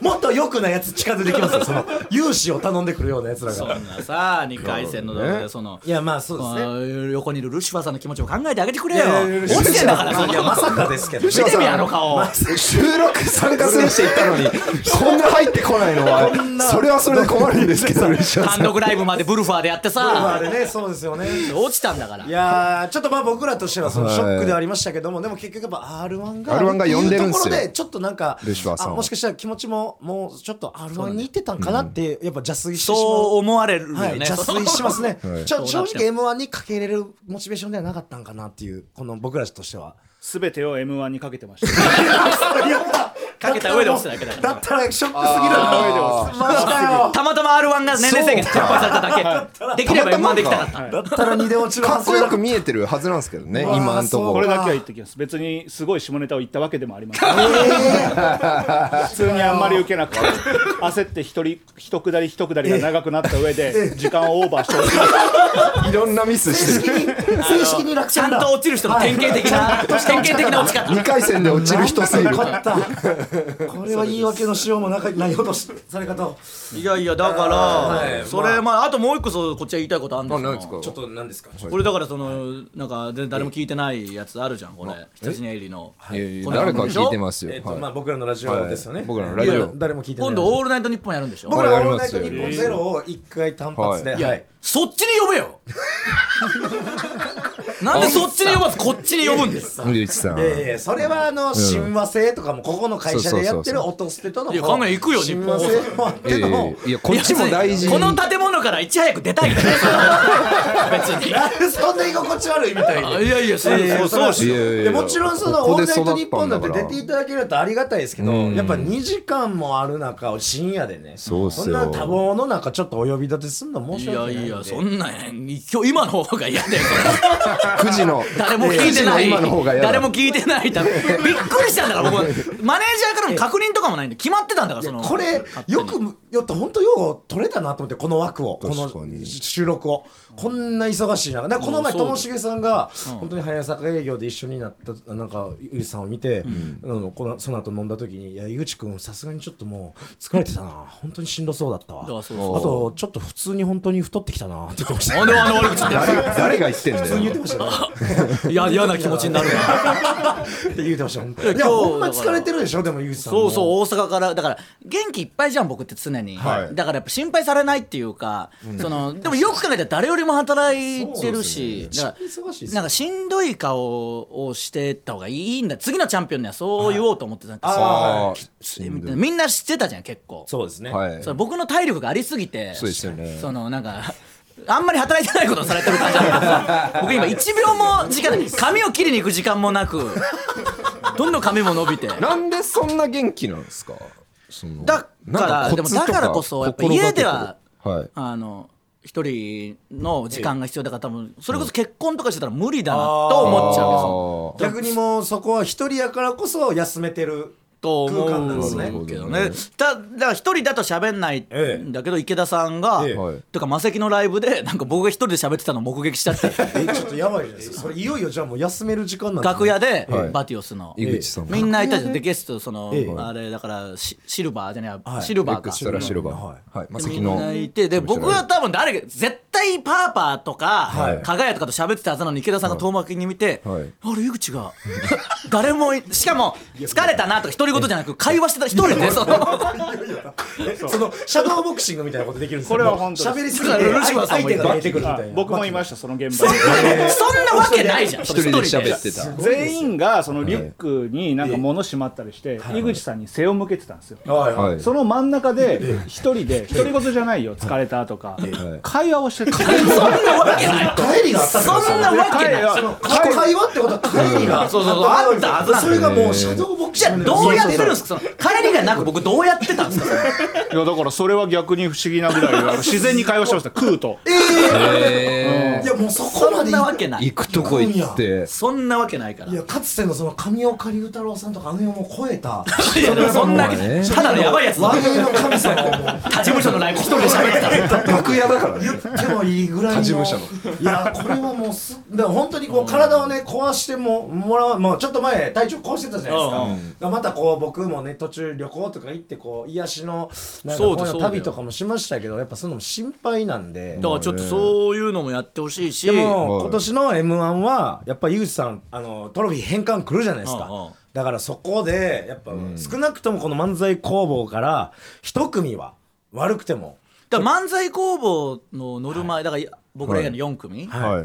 Speaker 2: もっと良くないやつ近づいてきますよその融資を頼んでくるようなやつら
Speaker 3: そ
Speaker 2: が
Speaker 3: んなさ2回戦の動画でその
Speaker 2: いやまあそうですね
Speaker 3: あー横にいるルシファーさんの気持ちも考えてあげてくれ
Speaker 2: い
Speaker 3: よ
Speaker 2: やいやいや
Speaker 3: 落ちてんだからその
Speaker 2: いやまさかですけど
Speaker 1: シ
Speaker 3: 見
Speaker 1: ファーさ
Speaker 3: て
Speaker 1: ん
Speaker 3: みあの顔
Speaker 1: 収録参加するして言ったのに、こんな入ってこないのは、それはそれで困るんですけど、西野さ
Speaker 3: 単
Speaker 1: ん。
Speaker 3: 独ライブまでブルファーでやって
Speaker 2: まあ
Speaker 3: さ
Speaker 2: でねそうですよね
Speaker 3: 落ちたんだから
Speaker 2: いやーちょっとまあ僕らとしてはその
Speaker 1: はい
Speaker 2: ショックではありましたけども、でも結局やっぱ R1 が
Speaker 1: R1 が呼んでるんですよ
Speaker 2: っていうところでちょっとなんか
Speaker 1: ルシファーさん
Speaker 2: あ
Speaker 1: は
Speaker 2: もしかしたら気持ちももうちょっと R1 に行ってたんかなってやっぱ邪推してしま
Speaker 3: そう
Speaker 2: う。
Speaker 3: 思われるよね、
Speaker 2: はい、邪推します ね、
Speaker 1: はい
Speaker 2: ちょ
Speaker 3: そう
Speaker 2: 正
Speaker 3: なっちゃう
Speaker 2: 直 m 1にかけれるモチベーションではなかったんかなっていうこの僕らとして は
Speaker 4: すべてを M1 にかけてま した。
Speaker 3: かけた上で落ちただけだから
Speaker 2: だったらショックすぎるな
Speaker 3: たまたま R1 が年齢制限撤廃されただけできれば M1 できたかった
Speaker 2: だったら2で落ちる
Speaker 1: か
Speaker 2: は
Speaker 1: っ
Speaker 2: ず
Speaker 1: こ
Speaker 2: や
Speaker 1: よく見えてるはずなんですけどね、今のとこ
Speaker 4: これ
Speaker 1: ろ。
Speaker 4: だけは言ってきます。別にすごい下ネタを言ったわけでもあ りません。普通にあんまり受けなくて、焦って一人一下り一下りが長くなった 上で時間をオーバーしてほしい。
Speaker 1: いろんなミス
Speaker 2: 正
Speaker 1: してる。
Speaker 2: 式に正式に落
Speaker 3: ちゃ
Speaker 2: 選
Speaker 3: ん
Speaker 2: だ
Speaker 3: と落ちる人の典型的な典型的な落ち方
Speaker 1: 2回戦で落ちる人すぎる
Speaker 2: よ。かった これは言い訳のしようもなかないほどしされ方を
Speaker 3: いやいやだから、
Speaker 2: はい
Speaker 3: それまああともう一個そうこっちは言いたいことあるんですよ
Speaker 1: ちょっ
Speaker 2: と何ですか
Speaker 3: これだからそのなんか全然誰も聞いてないやつあるじゃんこれ羊ネイリの
Speaker 1: と誰か聞いてますよ
Speaker 2: えっ。とま
Speaker 1: は
Speaker 2: あ僕らのラジオですよね
Speaker 1: はい僕らのラジオ
Speaker 2: いや誰も聞いてない
Speaker 3: 今度オールナイトニッポンやるんでしょ
Speaker 2: 僕ら
Speaker 1: はい
Speaker 2: オ
Speaker 1: やりま
Speaker 2: ールナイ
Speaker 1: す
Speaker 2: ト
Speaker 1: よ
Speaker 2: ニッポンゼロを一回単発で
Speaker 1: は
Speaker 2: はい
Speaker 3: そっちに呼 べよなんでそっちに呼ばずこっちに呼ぶんです
Speaker 1: 森内さん。
Speaker 2: いやいやそれはあの親和性とかもここの会社でやってる音捨てとの
Speaker 3: いや考え行くよ
Speaker 2: 親和性もあっ
Speaker 1: いや
Speaker 2: て
Speaker 1: いやい
Speaker 2: の
Speaker 1: やいやこっちも大事
Speaker 3: いや別にこの建物からいち早く出たいからね別に
Speaker 2: なんでそんな居心地悪いみたいに
Speaker 3: いやいやそうそうそう
Speaker 1: いやいやいや
Speaker 2: でもちろんその「
Speaker 1: こ
Speaker 2: オ
Speaker 1: こ
Speaker 2: ー
Speaker 1: で
Speaker 2: ルナ
Speaker 1: 育
Speaker 2: イ
Speaker 1: ったんだ
Speaker 2: トニッポン」だって出ていただけるとありがたいですけど
Speaker 1: うん
Speaker 2: やっぱ2時間もある中深夜でね
Speaker 1: そうっすよ
Speaker 2: んな多忙の中ちょっとお呼び立てすんの申
Speaker 3: い
Speaker 2: し訳
Speaker 3: や
Speaker 2: ないんで
Speaker 3: いやそんなん今日今の方が嫌だよ
Speaker 1: 9時の
Speaker 3: 誰も聞いてな
Speaker 1: 9時
Speaker 3: い
Speaker 1: の今の方が嫌だ
Speaker 3: 誰も聞いてないびっくりしたんだから 僕マネージャーからの確認とかもないんで決まってたんだからその
Speaker 2: これよくよって本当よう取れたなと思ってこの枠をこ
Speaker 1: 確かに
Speaker 2: の収録をこんな忙しい中なんかこの前
Speaker 3: うんそう
Speaker 2: ともしげさんが本当に早坂営業で一緒になったなんか井口さんを見て、あのこのその後飲んだ時に「いや井口君さすがにちょっともう疲れてたな本当にしんどそうだったわ」あ
Speaker 3: そうそう
Speaker 2: とちょっと普通に本当に太ってきたなって言ってま した
Speaker 3: あのあの悪口言って
Speaker 1: 誰誰が言ってんだよ
Speaker 3: いや嫌な気持ちになるな
Speaker 2: って言ってました本当
Speaker 3: いや
Speaker 2: にいや
Speaker 3: 今日
Speaker 2: ほんま疲れてるでしょでも井口さん
Speaker 3: そ
Speaker 2: も
Speaker 3: うそう大阪からだから元気いっぱいじゃん僕って常に、
Speaker 1: はい
Speaker 3: だからやっぱ心配されないっていうか、そのでもよく考えたら誰よりも働いてるし、だから
Speaker 2: 忙しいっす
Speaker 3: なんかしんどい顔をしてった方がいいんだ次のチャンピオンにはそう言おうと思ってたなんかそう
Speaker 1: あー
Speaker 3: みたいなみんな知ってたじゃん結構
Speaker 2: そうですね、
Speaker 1: はい
Speaker 3: その僕の体力がありすぎて
Speaker 1: そうですよね
Speaker 3: そのなんかあんまり働いてないことをされてる感じなんですよ僕今1秒も時間ない髪を切りに行く時間もなくどんどん髪も伸びて
Speaker 1: なんでそんな元気なんですかその
Speaker 3: だか
Speaker 1: なん
Speaker 3: ら
Speaker 1: コ
Speaker 3: でも
Speaker 1: ツと
Speaker 3: だからこそやっぱ家では
Speaker 1: 心がけてる
Speaker 3: あの一人の時間が必要だから多分それこそ結婚とかしてたら無理だなと思っちゃうよ
Speaker 1: は
Speaker 2: 逆にもうそこは一人やからこそ休めてる
Speaker 3: と思
Speaker 2: 空間なんですね
Speaker 3: うけどねだだから一人だと喋んない
Speaker 2: ええ
Speaker 3: んだけど池田さんが、
Speaker 2: ええ
Speaker 1: はい
Speaker 3: とか魔石のライブでなんか僕が一人で喋ってたのを目撃しち ゃって
Speaker 2: えちょっとやばいじゃないですかそれいよいよじゃあもう休める時間なんですね
Speaker 3: 楽屋で、
Speaker 1: はい
Speaker 3: バティオスの
Speaker 1: い井口さん
Speaker 3: みんな、いたじゃんでゲストその、
Speaker 2: ええ
Speaker 3: あれだからシシルバーじゃない、
Speaker 2: い
Speaker 3: シルバー
Speaker 1: エ
Speaker 3: か
Speaker 1: クストラシルバ
Speaker 2: は
Speaker 1: ーはいまさ
Speaker 3: み
Speaker 1: き
Speaker 3: ん
Speaker 1: の
Speaker 3: ないてで僕は多分誰か絶対パーパーとか、
Speaker 1: い
Speaker 3: かがやとかと喋ってたはずなのに池田さんが遠巻きに見て、
Speaker 1: はい
Speaker 3: あれ井口が 誰もいしかも疲れたなとか独り言じゃなく会話してた一人 でその
Speaker 2: そのシャドーボクシングみたいなことできるんですよ
Speaker 4: これは本当です
Speaker 2: もう喋りすぎて相相手が見えてくるみ
Speaker 4: あ
Speaker 2: たいな
Speaker 4: 僕もいま
Speaker 2: し
Speaker 4: したその現
Speaker 3: そ
Speaker 4: 場
Speaker 3: ん
Speaker 4: に
Speaker 3: なそんなわけないじゃん
Speaker 1: 一人で喋ってた
Speaker 4: 全員がそのリュックになんか物しまったりして井口さんに背を向けてたんですよ
Speaker 2: たはいはい
Speaker 1: はい
Speaker 4: その真ん中で一人で独り言じゃないよ疲れたとか
Speaker 1: はい
Speaker 4: 会話をして た
Speaker 3: そんなわけない
Speaker 2: 帰りがあったんです
Speaker 3: そ
Speaker 2: よ
Speaker 3: んなわけない
Speaker 4: 会話
Speaker 2: 会会話ってことは帰りが
Speaker 3: そうそうそうあったはずなの
Speaker 2: それがもうシャドーボク
Speaker 3: じ
Speaker 2: シ
Speaker 3: ゃあ
Speaker 2: ング
Speaker 3: どうやってるんですかその帰りがなく僕どうやってたんですか
Speaker 4: いやだからそれは逆に不思議なぐらいあ の自然に会話してました食うと
Speaker 1: え
Speaker 2: いやもうそこ
Speaker 3: そ
Speaker 2: まで
Speaker 3: んなわけな
Speaker 1: ー
Speaker 3: い
Speaker 1: 行くとこ行って
Speaker 3: そんなわけないから
Speaker 2: いやかつてのその神岡龍太郎さんとかあの世も超えた
Speaker 3: いやでもそんなわけ
Speaker 1: そうだね
Speaker 3: ただのやばいやつだ
Speaker 2: 和芸の神様をもう
Speaker 3: 他事務所のライブ一人で喋ってた
Speaker 1: 楽屋だからね
Speaker 2: でもいいぐらいの
Speaker 1: 他事務所の
Speaker 2: いやこれはもうすだから本当にこう体をね壊してももらうもうちょっと前体調壊してたじゃないですか,、
Speaker 3: うんう
Speaker 2: またこう僕もね途中旅行とか行ってこう癒しのなんか
Speaker 3: そ
Speaker 2: こ
Speaker 3: う
Speaker 2: う
Speaker 3: だ
Speaker 2: いう
Speaker 3: そうだよ
Speaker 2: 旅とかもしましたけどやっぱそういうのも心配なんで
Speaker 3: だからちょっとそういうのもやってほしいし
Speaker 2: でも
Speaker 1: はい
Speaker 2: 今年の m 1はやっぱ井口さんあのトロフィー返還来るじゃないですか、
Speaker 3: うんうん
Speaker 2: だからそこでやっぱ少なくともこの漫才工房から一組は悪くても
Speaker 3: だから漫才工房の乗る前、だから僕ら以外の4組、
Speaker 1: は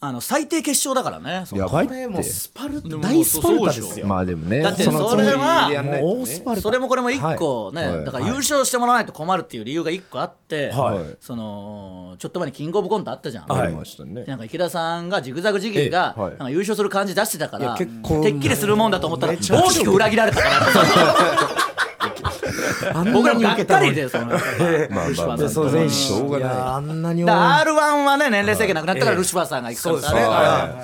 Speaker 3: あの最低決勝だからねそ
Speaker 1: い
Speaker 3: の
Speaker 1: やばい
Speaker 2: こ
Speaker 1: っ
Speaker 2: れも
Speaker 1: て
Speaker 2: うスパル
Speaker 3: で
Speaker 2: タ
Speaker 3: も
Speaker 2: 大スパルタですよ
Speaker 1: まあでもね
Speaker 3: だって
Speaker 1: その
Speaker 3: それは
Speaker 1: やんないとね
Speaker 2: もう大スパルタ
Speaker 3: それもこれも1個ね、
Speaker 1: はい
Speaker 3: だから優勝してもらわないと困るっていう理由が1個あって、
Speaker 2: はい
Speaker 3: そのちょっと前にキングオブコントあったじゃん、
Speaker 1: ありましたね
Speaker 3: でなんか池田さんがジグザグジギーが
Speaker 1: ええはい
Speaker 3: なんか優勝する感じ出してたか
Speaker 2: い
Speaker 3: ら、
Speaker 2: や
Speaker 3: て
Speaker 2: 結構
Speaker 3: っきりするもんだと思ったら
Speaker 2: めちゃくちゃ
Speaker 3: 大きく裏切られたから
Speaker 2: あんなに
Speaker 3: 僕らもが
Speaker 2: 受
Speaker 3: っ
Speaker 2: け
Speaker 3: か
Speaker 2: たの
Speaker 3: り
Speaker 2: に
Speaker 3: でその
Speaker 1: まあまあまあ
Speaker 2: でそう全員
Speaker 1: しょうがない
Speaker 2: いやあんなに
Speaker 3: だ
Speaker 2: 応援
Speaker 3: から R1 はね年齢制限なくなったからルシファーさんが行くから
Speaker 2: そうですね
Speaker 3: だから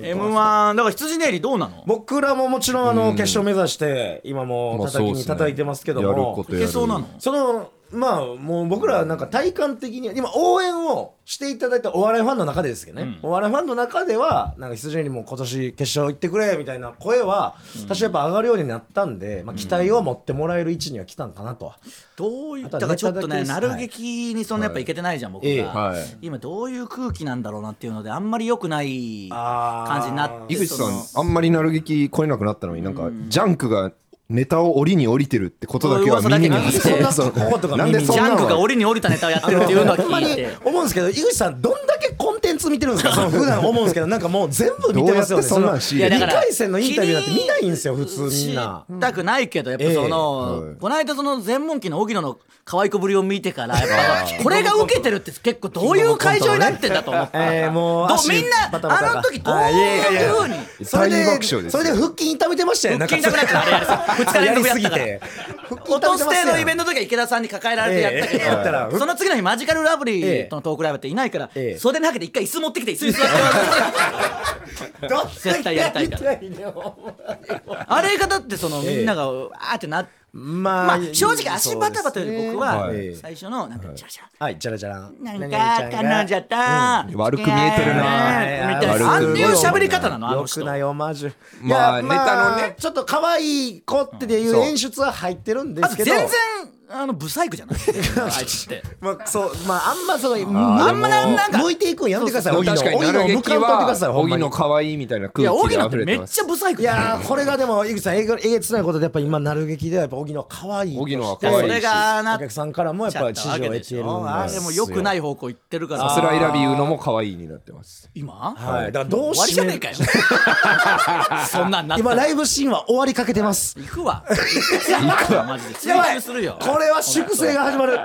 Speaker 3: M1 だから羊ネイリどうなの
Speaker 2: 僕らももちろんあの決勝目指して今も
Speaker 1: ま
Speaker 2: う
Speaker 1: あそうっす
Speaker 2: 叩きに
Speaker 1: ね
Speaker 2: 叩いてますけど
Speaker 1: やる
Speaker 2: も
Speaker 1: こと
Speaker 3: い
Speaker 1: やる
Speaker 3: けそうなの
Speaker 2: そのまあもう僕らなんか体感的に今応援をしていただいたお笑いファンの中でですけどねお笑いファンの中ではなんか羊にも今年決勝行ってくれみたいな声は多少やっぱ上がるようになったんでまあ期待を持ってもらえる位置には来たんかなとは
Speaker 3: どういっ
Speaker 2: あと
Speaker 3: た
Speaker 2: は
Speaker 3: かちょっと
Speaker 2: ネタだけ
Speaker 3: ね、
Speaker 2: です
Speaker 3: なる劇にそのやっぱいけてないじゃん、僕が、
Speaker 2: ええ
Speaker 1: はい
Speaker 3: 今どういう空気なんだろうなっていうので、あんまり良くない
Speaker 2: あー
Speaker 3: 感じになって、
Speaker 1: 井口さ
Speaker 3: その
Speaker 1: んあんまりなる劇来れなくなったのになんかジャンクがネタを折に降りてるってことだけは
Speaker 3: 噂だけ
Speaker 1: 耳に
Speaker 3: 聞いて
Speaker 1: 挟んで
Speaker 2: そんなことが
Speaker 1: なんでそん
Speaker 3: ジ
Speaker 1: な
Speaker 3: ャンクが
Speaker 1: の
Speaker 3: 折に降りたネタをやってるっていうのは
Speaker 2: ほんま
Speaker 3: 聞
Speaker 2: に
Speaker 3: いて。
Speaker 2: 思うんですけど、井口さん、どんだけコンテンツ見てるんです か、その普段思うんですけど、なんかもう全部見てますよ
Speaker 1: どうやって
Speaker 2: ね、
Speaker 1: そんなん
Speaker 2: そ
Speaker 1: 仕
Speaker 2: の
Speaker 1: 入れ
Speaker 3: る
Speaker 2: 2回戦のインタビューなんて見ないんですよ、普通みんな。
Speaker 3: したくないけどやっぱその、
Speaker 1: ええ
Speaker 3: この間その全問期の荻野の可愛い子ぶりを見てからやっぱこれが受けてるって結構どういう会場になってんだと思って、
Speaker 2: えー、もう
Speaker 3: どう
Speaker 2: 足
Speaker 3: みんな
Speaker 2: バタバタ
Speaker 3: あの時どう
Speaker 2: あいやいやいや
Speaker 3: いうふうに
Speaker 2: それで
Speaker 1: 大爆笑です
Speaker 2: それで腹筋痛めてましたよね
Speaker 3: 腹筋痛くなってたあれやるさ二日連続やったから
Speaker 2: やりすぎて腹筋
Speaker 3: 落
Speaker 2: 痛めて
Speaker 3: とす
Speaker 2: ました
Speaker 3: 程
Speaker 2: よ
Speaker 3: のイベントの時は池田さんに抱えられてやったけど、
Speaker 2: ええやったら
Speaker 3: その次の日マジカルラブリ
Speaker 2: ええ
Speaker 3: ーとのトークライブっていないから、
Speaker 2: ええ
Speaker 3: 袖にはけて一回椅子持ってきて椅子に座って
Speaker 2: どう
Speaker 3: 絶対やりたいから
Speaker 2: やりたいよ
Speaker 3: あれがだってそのみんながわーってなって。
Speaker 2: まあ、
Speaker 3: まあ、正直足バタバタより僕は
Speaker 1: そう
Speaker 2: ですねはい
Speaker 3: 最初のなんかチャラチャラ
Speaker 2: はいじゃらじゃら
Speaker 3: なんか彼女
Speaker 1: う
Speaker 3: と、
Speaker 1: ん悪く見えてるな
Speaker 3: みたいな。あん
Speaker 1: 悪く
Speaker 3: いう喋り方なのあの
Speaker 2: よ
Speaker 3: 人。
Speaker 2: くないオマージュ
Speaker 1: まあ
Speaker 2: いや
Speaker 1: ネタのね
Speaker 2: ちょっと可愛い子っていう演出は入ってるんで
Speaker 3: あ
Speaker 2: す
Speaker 3: と全
Speaker 2: けど
Speaker 3: 然、あの、不細工じ ゃないあいつって。
Speaker 2: まあ、そうまああんまそう
Speaker 1: ー
Speaker 2: あんま
Speaker 3: でも
Speaker 2: なんか向いていくんやめてください
Speaker 1: でも
Speaker 2: 荻野
Speaker 1: 確かに
Speaker 2: 荻野
Speaker 1: 鳴
Speaker 2: を向
Speaker 1: 劇
Speaker 2: かうとってください
Speaker 1: は
Speaker 2: ほんま
Speaker 1: 荻野
Speaker 2: に
Speaker 1: 可愛いみたいない空
Speaker 3: や、
Speaker 1: 気
Speaker 3: 荻
Speaker 1: で
Speaker 3: 野っ
Speaker 1: 溢
Speaker 3: て
Speaker 1: れ
Speaker 3: め
Speaker 1: て
Speaker 3: っ
Speaker 1: ます
Speaker 3: ちゃ不細工
Speaker 2: いやーこれがでも井口さんえぐえげつないことでやっぱ今なる劇ではやっぱ荻野可愛い
Speaker 1: 荻野は可
Speaker 3: で
Speaker 1: 愛
Speaker 3: そ
Speaker 1: いし
Speaker 3: れがな
Speaker 2: お客さんからもやっぱ支持を得ているんです
Speaker 3: ちゃったわけでしょあれも良くないい方向行ってるから。
Speaker 1: さすらいラビーのも可愛いになってます
Speaker 3: 今
Speaker 2: はいだからどう
Speaker 3: 終わり
Speaker 2: し
Speaker 3: じゃねえかよ。 そんなんなったら
Speaker 2: 今ライブシーンは終わりかけて ます
Speaker 3: 行くわ。行くわ、マジで。追求するよ。
Speaker 2: これは粛清が始まる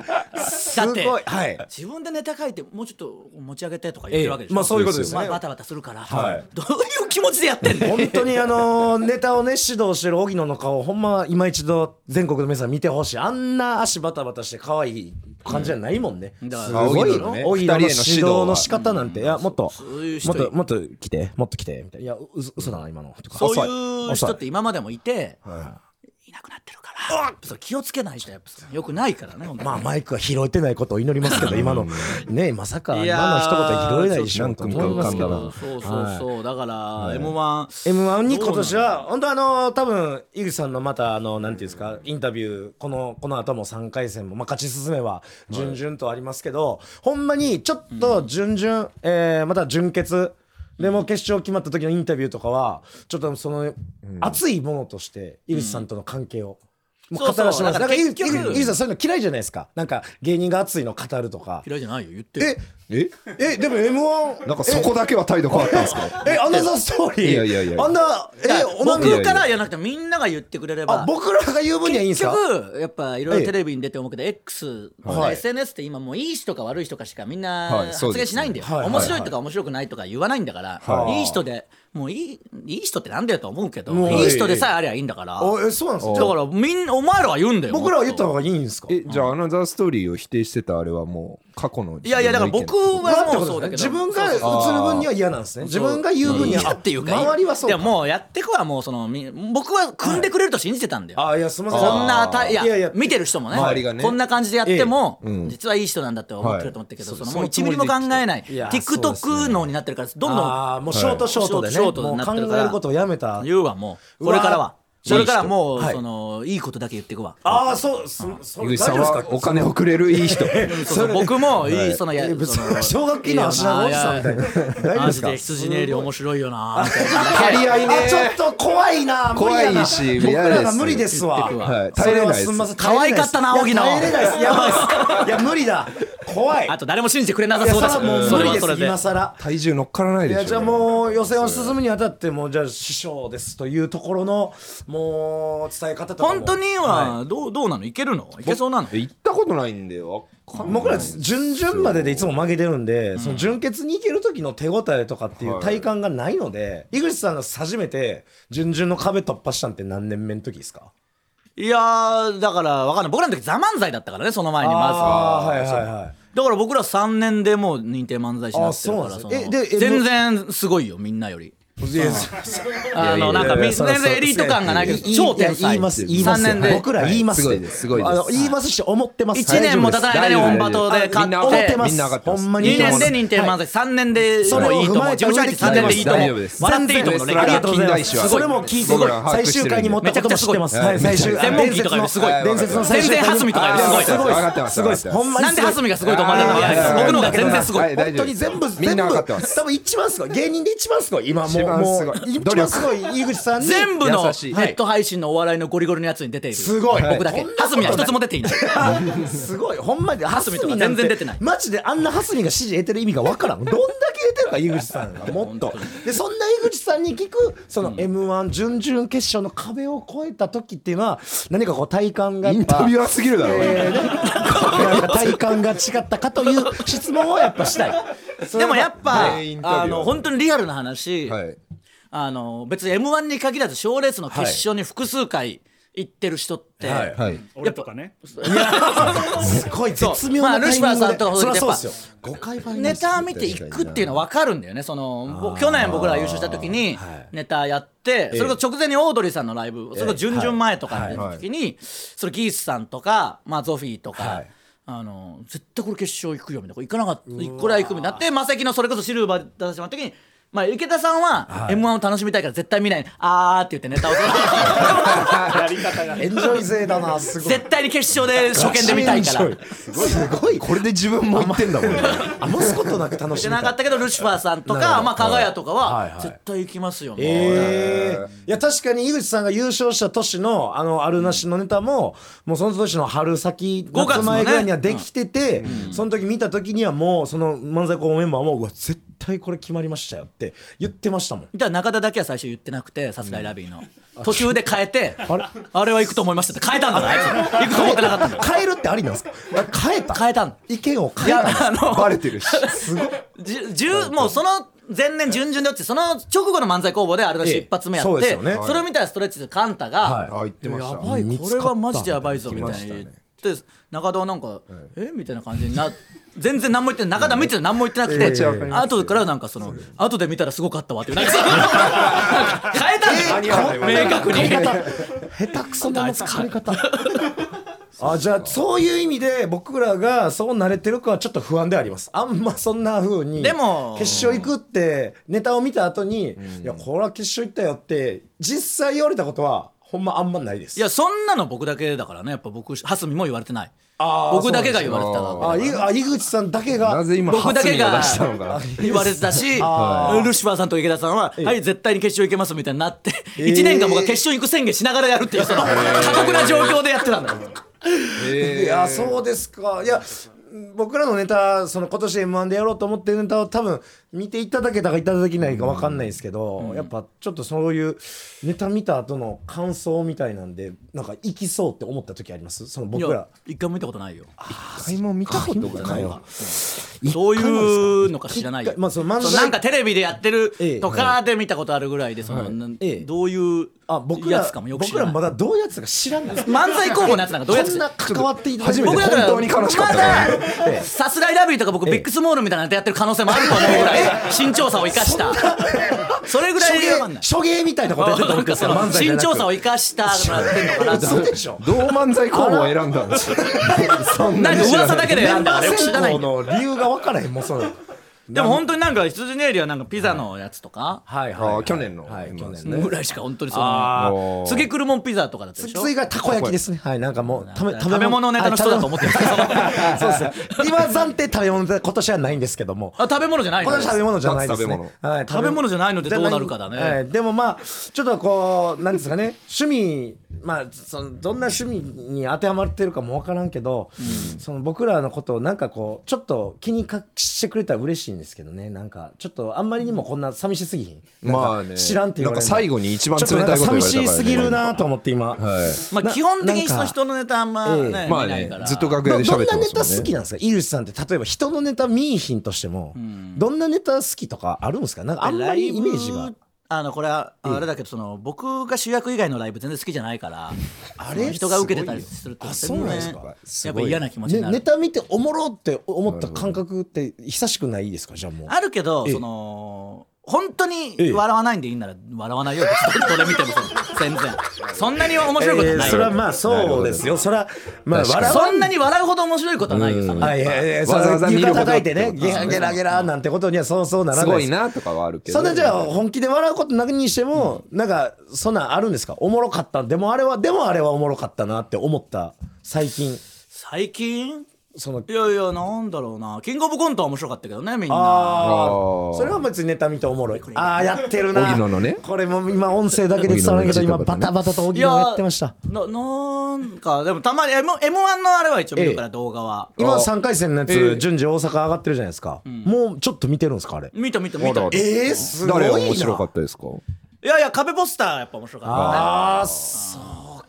Speaker 2: す
Speaker 3: だっ
Speaker 2: ご
Speaker 3: て
Speaker 2: いはい
Speaker 3: 自分でネタ書いてもうちょっと持ち上げてとか言ってるわけでしょ、
Speaker 2: まあそういうことですね
Speaker 3: まあバタバタするから、どういう気持ちでやっ てんの
Speaker 2: 本当にあのネタをね指導してる荻野の顔ほんま今一度全国の皆さん見てほしいあんな足バタバタして可愛い感じじゃないもんね、
Speaker 3: んだから
Speaker 2: すごい
Speaker 1: 荻野のね
Speaker 2: 荻野
Speaker 1: 二人へ
Speaker 2: の
Speaker 1: の
Speaker 2: 指
Speaker 1: 指導
Speaker 2: 導
Speaker 1: は
Speaker 2: の仕方なんていやもっと
Speaker 3: そういう
Speaker 2: も
Speaker 3: 人
Speaker 2: っともっと来てもっと来てみたいないやう嘘だな今のとか
Speaker 3: そういう人って今までもいて、い、なくなってるから、そう気をつけないとやっぱよくないからね、
Speaker 2: まあマイクは拾えてないことを祈りますけど今のねまさか
Speaker 3: いやー
Speaker 2: 今の一言は拾えないでしょ
Speaker 1: ちょっ
Speaker 2: と
Speaker 1: と
Speaker 2: 思いますけど
Speaker 3: そうそうそう、だから、M1
Speaker 2: M1 に今年は本当あの多分井口さんのまたあのなんていうんですかインタビューこのこの後も3回戦もまあ勝ち進めば順々とありますけど、ほんまにちょっと準々、えーまた準決でも決勝決まった時のインタビューとかはちょっとその熱いものとして井口さんとの関係を。もう語らせてもらいますな
Speaker 3: そうそうだから
Speaker 2: んか井口
Speaker 3: 結局
Speaker 2: 井口さんそういうの嫌いじゃないですかなんか芸人が熱いの語るとか
Speaker 3: 嫌いじゃないよ、言ってる
Speaker 2: え
Speaker 1: え
Speaker 2: えでも M1
Speaker 1: なんかそこだけは態度変わったんですか
Speaker 2: えアナザーストーリー
Speaker 1: いやいやいや
Speaker 2: あんなえ
Speaker 3: いや
Speaker 2: おなんか
Speaker 3: 僕からじゃなくてみんなが言ってくれれば
Speaker 2: あ僕らが言う分にはいいんです
Speaker 3: 結
Speaker 2: か
Speaker 3: 局やっぱいろ
Speaker 2: え
Speaker 3: い
Speaker 2: え
Speaker 3: ろテレビに出て思うけど X
Speaker 2: は
Speaker 3: の
Speaker 2: い
Speaker 3: SNS って今もういい人か悪い人かしかみん
Speaker 1: は
Speaker 3: ない
Speaker 1: そうです
Speaker 3: 発
Speaker 1: ね
Speaker 3: 言しないんだよ
Speaker 2: はいはいはい
Speaker 3: 面白いとか面白くないとか言わないんだから
Speaker 1: はい
Speaker 3: いい人でもういいいい人ってなんだよと思うけど
Speaker 2: もう
Speaker 3: いい人でさえありゃいいんだから
Speaker 2: お
Speaker 3: だ
Speaker 2: えそうなんですか
Speaker 3: からみんなお前らは言うんだよ
Speaker 2: 僕らは言った
Speaker 3: も
Speaker 2: 方がいいんですか
Speaker 1: えじゃあアナザーストーリーを否定してたあれはもう過去の
Speaker 3: といやいやだから僕はもうそうだけど
Speaker 2: 自分が映
Speaker 3: そう
Speaker 2: る
Speaker 3: そう
Speaker 2: 分には嫌なんですね自分が言う分に
Speaker 3: い
Speaker 2: は
Speaker 3: やっていうか
Speaker 2: あ周りはそうか
Speaker 3: でももうやってくはもうそのみ僕は組んでくれると信じてたんだよ
Speaker 2: あいやすみません
Speaker 3: こんなたい
Speaker 2: いやいや
Speaker 3: や見てる人もね
Speaker 1: 周りがね
Speaker 3: こんな感じでやっても、
Speaker 1: ええうん
Speaker 3: 実はいい人なんだって思ってると思ったけど、
Speaker 1: はい
Speaker 3: その
Speaker 1: そ
Speaker 3: もう
Speaker 1: そ
Speaker 3: 1
Speaker 1: のつも
Speaker 3: ミリ
Speaker 1: り
Speaker 3: も
Speaker 1: で
Speaker 3: 考えない
Speaker 2: いやそうですね
Speaker 3: TikTok 脳になってるからどんど
Speaker 2: あーもうショートショートでね
Speaker 3: ショートショート
Speaker 2: も
Speaker 3: にな
Speaker 2: う
Speaker 3: ってる
Speaker 2: 考
Speaker 3: から
Speaker 2: えることをやめた
Speaker 3: ん言うわもう
Speaker 2: うわ
Speaker 3: これからはそれからもう
Speaker 2: いい人はい
Speaker 3: そのいいことだけ言っていくわ
Speaker 2: ああそうそそ
Speaker 1: 井
Speaker 2: れ
Speaker 1: 口さ
Speaker 2: 大
Speaker 1: ん
Speaker 2: 丈夫
Speaker 1: は
Speaker 2: で
Speaker 1: お金をくれるいい人
Speaker 3: そうそう僕もいい、そのや
Speaker 2: すか別
Speaker 3: その
Speaker 2: に奨学金の足長おじさんみたいな大丈夫
Speaker 3: マ
Speaker 2: で
Speaker 3: ジ
Speaker 2: す
Speaker 3: で
Speaker 2: か
Speaker 3: 羊ネイル面白いよなみた い
Speaker 1: 張
Speaker 3: な
Speaker 1: り合い
Speaker 2: あ
Speaker 1: ね
Speaker 2: ちょっと怖いな無理やな
Speaker 1: 怖いし
Speaker 2: 僕ら
Speaker 1: 嫌で
Speaker 2: が
Speaker 1: す
Speaker 2: 無理ですわ
Speaker 1: はい
Speaker 2: そ
Speaker 1: 耐え
Speaker 2: れ
Speaker 1: れな
Speaker 2: は
Speaker 1: いですす
Speaker 2: みません
Speaker 3: 可愛かったない
Speaker 2: や耐えれないですやばいですいや無理だ怖い
Speaker 3: あと誰も信じてくれなさ
Speaker 2: いや
Speaker 3: そうだし
Speaker 2: それはもう
Speaker 3: そ
Speaker 2: 無
Speaker 3: れ
Speaker 2: 理
Speaker 3: は
Speaker 2: で
Speaker 3: それ
Speaker 2: す
Speaker 3: で
Speaker 2: 今さら
Speaker 1: 体重乗っからない
Speaker 2: い
Speaker 1: でしょ
Speaker 2: やじゃあもう予選を進むにあたってもうじゃあ師匠ですというところのもう伝え方とかも
Speaker 3: 本当にはどうどうなのいけるのいけそうなの
Speaker 1: 行ったことないんでわかんない
Speaker 2: 僕ら準々まででいつも負けてるんで、その準決に行ける時の手応えとかっていう体感がないので、井口さんが初めて準々の壁突破したんって何年目の時ですか
Speaker 3: いやーだからわかんない僕らの時「ザ漫才だったからねその前にまずは
Speaker 2: あーはいはいはい
Speaker 3: だから僕ら3年でもう認定漫才師になってるか
Speaker 2: あ
Speaker 3: ら
Speaker 2: そうな
Speaker 3: そ
Speaker 2: ん
Speaker 3: の
Speaker 2: ですえでえ
Speaker 3: 全然すごいよみんなより
Speaker 2: いや
Speaker 3: あのなんかみ全然エリート感がないけど超天才
Speaker 2: いや言います言います
Speaker 3: 3年で
Speaker 2: 僕ら言います
Speaker 1: すごいですすごいです
Speaker 2: あの言いますし思ってます
Speaker 3: 1年も経たない間にオンバトで勝って
Speaker 2: 思ってます
Speaker 1: みんな上がって
Speaker 2: ほ
Speaker 1: ます
Speaker 2: んまに
Speaker 3: 2年で認定
Speaker 2: はい
Speaker 3: 漫才師3年で
Speaker 2: それ
Speaker 3: もう
Speaker 2: を
Speaker 3: いいと
Speaker 2: 踏ま
Speaker 3: 思う
Speaker 2: え
Speaker 3: 事
Speaker 2: た
Speaker 3: 務所
Speaker 2: 上で
Speaker 3: 入って3年でいいと思
Speaker 1: 大丈夫
Speaker 3: う
Speaker 1: です
Speaker 3: 笑っていいと思うの
Speaker 1: 全然
Speaker 3: 歴
Speaker 1: ありがとうございます
Speaker 3: が
Speaker 2: それも聞いて
Speaker 1: 僕ら把
Speaker 2: 最
Speaker 1: 握してる
Speaker 2: 終回に持ったことも知ってます。はい、最終
Speaker 3: 専門機とかよりすごい
Speaker 2: あ伝説の最終回に
Speaker 3: 全然蓮見とかよりすごい
Speaker 2: や
Speaker 1: 上がってます
Speaker 2: すごいです。
Speaker 1: 上がってます
Speaker 2: ほんまに
Speaker 3: なん
Speaker 2: す
Speaker 3: で
Speaker 2: ごい
Speaker 3: 蓮見がすごいと思われるのか
Speaker 1: いやいやいや
Speaker 3: 僕の方が全然すご
Speaker 1: はいい
Speaker 2: 本当に全部
Speaker 1: みん
Speaker 2: 全
Speaker 1: な
Speaker 2: 部
Speaker 1: 上がってます
Speaker 2: 多分一番すごい芸人で一番すごい今もう
Speaker 1: 一間
Speaker 2: も
Speaker 1: すごいう努
Speaker 2: 一番
Speaker 1: 力
Speaker 2: すごい井口さんに
Speaker 3: 全部のネ
Speaker 1: 優しい
Speaker 3: ット配信のお笑いのゴリゴリのやつに出ている
Speaker 2: すごい
Speaker 3: 僕だけ
Speaker 2: はい
Speaker 3: 蓮見は一つも出てい ない
Speaker 2: すごいほんまにハスミとか
Speaker 3: 全然出てない
Speaker 2: マジであんなハスミが指示得てる意味がわからんどんだけ得てるか井口さんがもっとでそんな井口さんに聞くその m 1準々決勝の壁を越えた時っていうのは何かこう体感が
Speaker 1: イ
Speaker 2: やっ
Speaker 1: ンタ
Speaker 2: ぱ
Speaker 1: ビュアーすぎるだろ
Speaker 2: えーねなんか体感が違ったかという質問をやっぱ したい
Speaker 3: でもやっぱ
Speaker 1: 全員インタビュー
Speaker 3: あの本当にリアルな話、
Speaker 1: はい
Speaker 3: あの別に m 1に限らず賞レースの決勝に複数回行ってる人って、
Speaker 1: はい
Speaker 4: 俺とかね
Speaker 2: すごい絶妙
Speaker 3: ま
Speaker 2: な
Speaker 3: あル
Speaker 2: タ
Speaker 3: シ
Speaker 2: イ
Speaker 3: ファ
Speaker 2: ミン
Speaker 3: ー
Speaker 2: グ
Speaker 3: さ
Speaker 2: で
Speaker 3: んとか
Speaker 2: そりゃそう
Speaker 3: や
Speaker 2: で
Speaker 3: っ
Speaker 2: す
Speaker 3: ぱ
Speaker 2: よ5回ファイナ
Speaker 3: ネ
Speaker 2: ル
Speaker 3: タ見ていくっていうのは分かるんだよねその僕去年僕ら優勝した時にネタやってそれこそ直前にオードリーさんのライブそれこそ準々前とかの時にそれギースさんとかまあゾフィーとか
Speaker 2: い。
Speaker 3: あの絶対これ決勝行くよみたいなこれ行かなかったこれは行くみたいになってマセキのそれこそシルバー出させてもらった時に、まあ、池田さんは m 1を楽しみたいから絶対見ないあーって言ってネタを
Speaker 4: やり方が
Speaker 2: エンジョイ勢だなすごい
Speaker 3: 絶対に決勝で初見で見たいから
Speaker 2: すごいすごい
Speaker 1: これで自分も言ってんだもんね
Speaker 2: 余すことなく楽
Speaker 3: し
Speaker 2: してみた
Speaker 3: ないかったけどルシファーさんとか、まあ、加賀谷とか
Speaker 2: はいは
Speaker 3: はい絶対行きますよ、もう
Speaker 2: ええいや確かに井口さんが優勝した年のあのあるなしのネタも、もうその年の春先
Speaker 3: 5
Speaker 2: 夏
Speaker 3: 月のね
Speaker 2: 前ぐらいにはできてて、その時見た時にはもうその漫才校メンバーもうわ絶対これ決まりましたよって言ってましたもん。
Speaker 3: だから中田だけは最初言ってなくてさすがいラビーの途中で変えて
Speaker 2: あれ
Speaker 3: あれは行くと思いましたって変えたんだよあいつ行くと思ってなかったんだよ
Speaker 2: 変えるってありなんですか？あ変えた。
Speaker 3: 変えたん
Speaker 2: 意見を
Speaker 3: い
Speaker 2: 変え
Speaker 3: や
Speaker 2: たの。
Speaker 3: あ の
Speaker 1: バレてるし
Speaker 2: すごい。
Speaker 3: じじゅもうその前年準々で落ちてその直後の漫才工房であれの
Speaker 2: ええ
Speaker 3: 一発目やって、
Speaker 2: そうですよ
Speaker 3: そ
Speaker 2: ね
Speaker 3: れを見たらストレッチでカンタが、
Speaker 2: はい
Speaker 1: あ言ってました
Speaker 3: やばい
Speaker 2: 見つか
Speaker 3: こ
Speaker 2: った
Speaker 3: れはマジでやばいぞみたいに言って、中田はなんか、えみたいな感じにな全然何も言ってない中田見てて何も言ってなくて、後からなんかその、後で見たらすごかったわっていうなんかそのなんか変えたんだよ明確に
Speaker 2: 下手くそな使い方。あじゃあそういう意味で僕らがそう慣れてるかはちょっと不安ではありますあんまそんな風に
Speaker 3: でも
Speaker 2: 決勝行くってネタを見た後に、いやこれは決勝行ったよって実際言われたことはほんまあんまないです
Speaker 3: いやそんなの僕だけだからねやっぱ僕蓮見も言われてない
Speaker 2: あー
Speaker 3: 僕だけが言われてた
Speaker 1: そう
Speaker 3: わ
Speaker 2: あいあ井口さんだけが
Speaker 1: なぜ今
Speaker 3: 僕だけが
Speaker 1: 初音を出したのか
Speaker 3: 言われてたし、
Speaker 2: あー
Speaker 3: ルシファーさんと池田さんは、はい、絶対に決勝行けますみたいになって、
Speaker 2: ー
Speaker 3: 1年間僕は決勝行く宣言しながらやるっていう、その、過酷な状況でやってたんだよ。
Speaker 1: え
Speaker 2: いやそうですかいや僕らのネタその今年 m 1でやろうと思ってるネタを多分見ていただけたかいただけないか分かんないですけど、やっぱちょっとそういうネタ見た後の感想みたいなんでなんかいきそうって思った時ありますその
Speaker 3: い
Speaker 2: 僕
Speaker 3: や
Speaker 2: ら、
Speaker 3: 一回も見たことないよ。
Speaker 1: 一回も見たことがないわ
Speaker 3: そういうのか知らないよ
Speaker 2: 一回。まあその漫才
Speaker 3: そうなんかテレビでやって
Speaker 2: ええ
Speaker 3: るとかで見たことあるぐらいで、その、なん
Speaker 2: ええ
Speaker 3: どういう
Speaker 2: あ僕
Speaker 3: や
Speaker 2: ら
Speaker 3: つかもよく知
Speaker 2: 僕
Speaker 3: ら
Speaker 2: ら
Speaker 3: ない。
Speaker 2: まだどういうやつか知らない
Speaker 3: 漫才候補のやつなんかどういうやつ
Speaker 2: こんな関わっていただい
Speaker 1: 初
Speaker 2: て
Speaker 1: めて
Speaker 3: 僕だから
Speaker 1: 本当に悲しかったね
Speaker 3: まださすらいラビーとか僕ビッグスモールみたいなのやってる可能性もあると思うぐらい身長差を生かしたそれぐらいで
Speaker 2: 初芸初芸みたいなことやってた
Speaker 3: なん
Speaker 2: 僕
Speaker 3: かその
Speaker 2: 漫才じゃな
Speaker 3: 身
Speaker 2: く
Speaker 3: 長差を生かしたのやってんのかなと
Speaker 2: 嘘でしょ
Speaker 1: どう漫才候補を選んだんですかそん
Speaker 3: なん
Speaker 1: に
Speaker 3: か
Speaker 1: 知ら
Speaker 3: 噂だけで
Speaker 2: メ
Speaker 3: 選ん
Speaker 2: ン
Speaker 3: だ
Speaker 2: バ
Speaker 3: あれ
Speaker 2: ー
Speaker 3: 知らな
Speaker 2: 選
Speaker 3: い
Speaker 2: 考の理由が分からへんもうその
Speaker 3: でも本当になんか羊ネイリはなんかピザのやつとか
Speaker 2: はい
Speaker 1: あー去年の
Speaker 2: はい去年
Speaker 3: ぐらいしか本当にそ
Speaker 2: あ
Speaker 3: の
Speaker 1: ー
Speaker 3: 次来るもんピザとかだったでしょ
Speaker 2: 次がたこ焼きですね。はい、なんかもう食べ
Speaker 3: 食べ物ネタの人だと思ってるんですけど
Speaker 2: はい食べ物 そうですね。今暫定食べ物ネタ今年はないんですけども。
Speaker 3: あ食べ物じゃないの
Speaker 2: 今年は食べ物じゃないです
Speaker 1: 脱
Speaker 2: ね。はい
Speaker 3: 食べ物じゃないのでどうなるかだね
Speaker 2: じゃないはいでもまあちょっとこうなんですかね、趣味まあそのどんな趣味に当てはまってるかもわからんけど、その僕らのことをなんかこうちょっと気にかしてくれたら嬉しいんですけどね。なんかちょっとあんまりにもこんな寂しすぎひん。なんか
Speaker 1: まあね
Speaker 2: 知らんって言われる
Speaker 1: なんか最後に一番冷たいこと言われたからね
Speaker 2: ちょっとなんか寂しすぎるなと思って今。
Speaker 1: はい
Speaker 3: まあ基本的に
Speaker 2: な
Speaker 3: そ
Speaker 2: な
Speaker 3: の
Speaker 2: んか
Speaker 3: 人のネタあんまね見
Speaker 2: え
Speaker 1: まあ
Speaker 3: ない
Speaker 1: ね
Speaker 3: から
Speaker 1: ずっと楽屋で
Speaker 2: どど
Speaker 1: 喋
Speaker 2: ん
Speaker 1: って
Speaker 2: な
Speaker 1: ま
Speaker 2: ネ
Speaker 1: す
Speaker 2: タ
Speaker 1: も
Speaker 2: 好
Speaker 1: ん
Speaker 2: き
Speaker 1: ね
Speaker 2: なんですか井口さんって例えば人のネタ見いひんとしても、どんなネタ好きとかあるんですかなんかあんまりイメージ
Speaker 3: ライ
Speaker 2: が
Speaker 3: ブあのこれはあれだけどその僕が主役以外のライブ全然好きじゃないからあ
Speaker 2: れ
Speaker 3: 人が受けてたりすると
Speaker 2: あそうなんですか
Speaker 3: やっぱ嫌な気持ちに
Speaker 2: ね
Speaker 3: な
Speaker 2: ネ
Speaker 3: る
Speaker 2: タ見ておもろって思った感覚って久しくないですかじゃあもう
Speaker 3: あるけど
Speaker 2: ええ
Speaker 3: その本当
Speaker 2: え
Speaker 3: に
Speaker 2: え
Speaker 3: 笑わないんでいいなら笑わないよ 別にどれ見てもその全然そんなに面白いことはないよ
Speaker 2: まあそうですよそれはまあ
Speaker 1: 確かに
Speaker 3: そんなに笑うほど面白いことはないよその
Speaker 2: あいやいやいや
Speaker 1: わざわざ見る
Speaker 2: 床
Speaker 1: こと
Speaker 2: 叩いてね
Speaker 1: ってこと
Speaker 2: ゲラゲラゲラなんてことにはそうそうならない
Speaker 1: すごい
Speaker 2: な
Speaker 1: なとかはあるけど
Speaker 2: そんなじゃあ本気で笑うことなくにしても、なんかそんなんあるんですかおもろかったでもあれはでもあれはおもろかったなって思った最近
Speaker 3: 最近
Speaker 2: その
Speaker 3: いやいやなんだろうなキングオブコントは面白かったけどねみんな
Speaker 2: あ
Speaker 1: あー
Speaker 2: あそれは別にネタ見ておもろいああやってるな
Speaker 1: 荻野のね
Speaker 2: これも今音声だけで伝わるけど
Speaker 1: 荻野
Speaker 2: 今
Speaker 1: の
Speaker 2: バタバタと荻野がやってました
Speaker 3: ななんかでもたまに M- M1 のあれは一応見るから、
Speaker 2: え
Speaker 3: 動画は
Speaker 2: 今3回戦のや
Speaker 1: ええ
Speaker 2: つ順次大阪上がってるじゃないですかもうちょっと見てるんですかあれ
Speaker 3: 見た見た見た
Speaker 1: あらあら
Speaker 2: ええす
Speaker 1: 誰が面白かったですか
Speaker 3: いやいや壁ポスターやっぱ面白かったね
Speaker 2: ああそう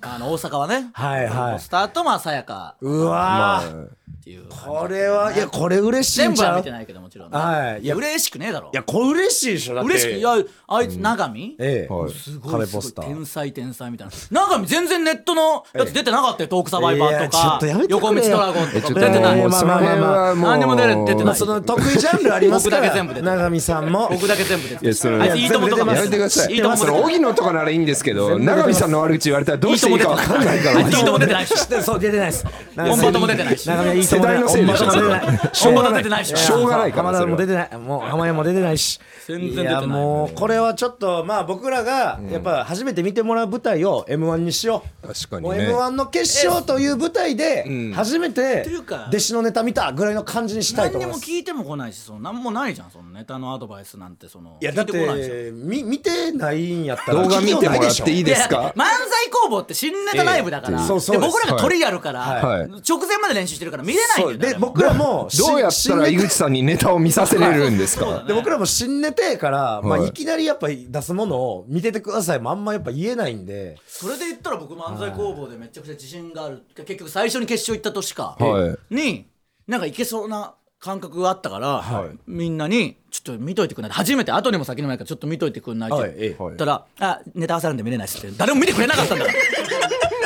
Speaker 3: あの大阪はね、
Speaker 2: はいはい
Speaker 3: ポスターとまあさやか
Speaker 2: うわー
Speaker 3: っていう
Speaker 2: これはいやこれ嬉しい
Speaker 3: 全
Speaker 2: ん
Speaker 3: 部
Speaker 2: ち
Speaker 3: は
Speaker 2: ゃ
Speaker 3: 見
Speaker 2: う
Speaker 3: て
Speaker 2: い
Speaker 3: ないけどもちろん、
Speaker 2: はい
Speaker 3: いや嬉しくねえだろ
Speaker 2: やこれ嬉しいでしょだって
Speaker 3: 嬉しくいやあいつ永見、
Speaker 2: ええ
Speaker 1: はい
Speaker 3: すごい
Speaker 2: 壁
Speaker 3: すご
Speaker 2: ポ
Speaker 3: い
Speaker 2: スター
Speaker 3: 天才天才みたいな永見全然ネットのやつ出てなかったよトークサバイバー
Speaker 2: い
Speaker 3: と
Speaker 2: やちょっ
Speaker 3: か
Speaker 2: とやめてくれよ
Speaker 3: 横道ドラゴン
Speaker 1: え
Speaker 3: と
Speaker 1: ち
Speaker 3: か
Speaker 1: ょっ
Speaker 3: 出
Speaker 1: と
Speaker 3: てない
Speaker 1: もうその辺はもう
Speaker 3: 何にも出る出
Speaker 2: ま
Speaker 3: てな
Speaker 2: あ
Speaker 3: い
Speaker 2: その得意ジャンルありますか
Speaker 3: 僕だけ全部
Speaker 2: ら
Speaker 3: 出てる
Speaker 2: 永見さんも
Speaker 3: 僕だけ全部出て
Speaker 1: いやそれ
Speaker 3: あいついいともとかも
Speaker 1: やめてください。
Speaker 3: いいとも
Speaker 1: そ
Speaker 3: 出て
Speaker 1: の
Speaker 3: ない
Speaker 1: 荻野とかならいいんですけど、永見さんの悪口言われたらどうしていいかわかんないから。
Speaker 3: いいとも出てないし
Speaker 2: そう出てないです
Speaker 3: 音波とも出てないし
Speaker 2: 長めいいとも
Speaker 1: 世代のせいでしょ
Speaker 2: 音波とも出てない
Speaker 3: 音波とも出てないし
Speaker 1: しょうがないから
Speaker 2: 浜田も出てないもう浜屋も出てないし
Speaker 3: 全然出てない
Speaker 2: やもうこれはちょっとまあ僕らがやっぱ初めて見てもらう舞台を m 1にしよう
Speaker 1: 確かに
Speaker 2: もう
Speaker 1: ね
Speaker 2: m 1の決勝という舞台で初めて
Speaker 3: ていうか
Speaker 2: 弟子のネタ見たぐらいの感じにしたいと思
Speaker 3: 何に
Speaker 2: いま
Speaker 3: も
Speaker 2: す
Speaker 3: 聞いてもこないしその何もないじゃんそのネタのアドバイスなんてその
Speaker 2: いやだっ
Speaker 3: 聞いこないじゃん
Speaker 2: てみ見てないんやったら
Speaker 1: 動画見てもらっていいです
Speaker 3: いや
Speaker 1: か
Speaker 3: 漫才工房って新ネタライブだから、
Speaker 1: ええ
Speaker 2: そうそう
Speaker 3: で
Speaker 2: です
Speaker 3: 僕らが取りやるから、
Speaker 1: はい
Speaker 3: 直前まで練習してるから見れない
Speaker 2: そう
Speaker 3: んだよ
Speaker 2: で
Speaker 3: 誰も
Speaker 2: 僕らも
Speaker 1: どうやったら井口さんにネタを見させれるん ですか
Speaker 2: で僕らも新ネタやから、まあ、
Speaker 1: はい
Speaker 2: いきなりやっぱ出すものを見ててくださいもあんまやっぱ言えないんで
Speaker 3: それで言ったら僕漫才工房でめちゃくちゃ自信がある結局最初に決勝行った年か、
Speaker 1: は
Speaker 3: になんかいけそうな感覚があったから、
Speaker 1: はい
Speaker 3: みんなに「ちょっと見といてくんない」初めて後にも先にもないからちょっと見といてくんないって
Speaker 2: はい
Speaker 3: 言
Speaker 2: え
Speaker 1: え
Speaker 3: ったら「あネタ合わせあるんで見れないです」って誰も見てくれなかったんだから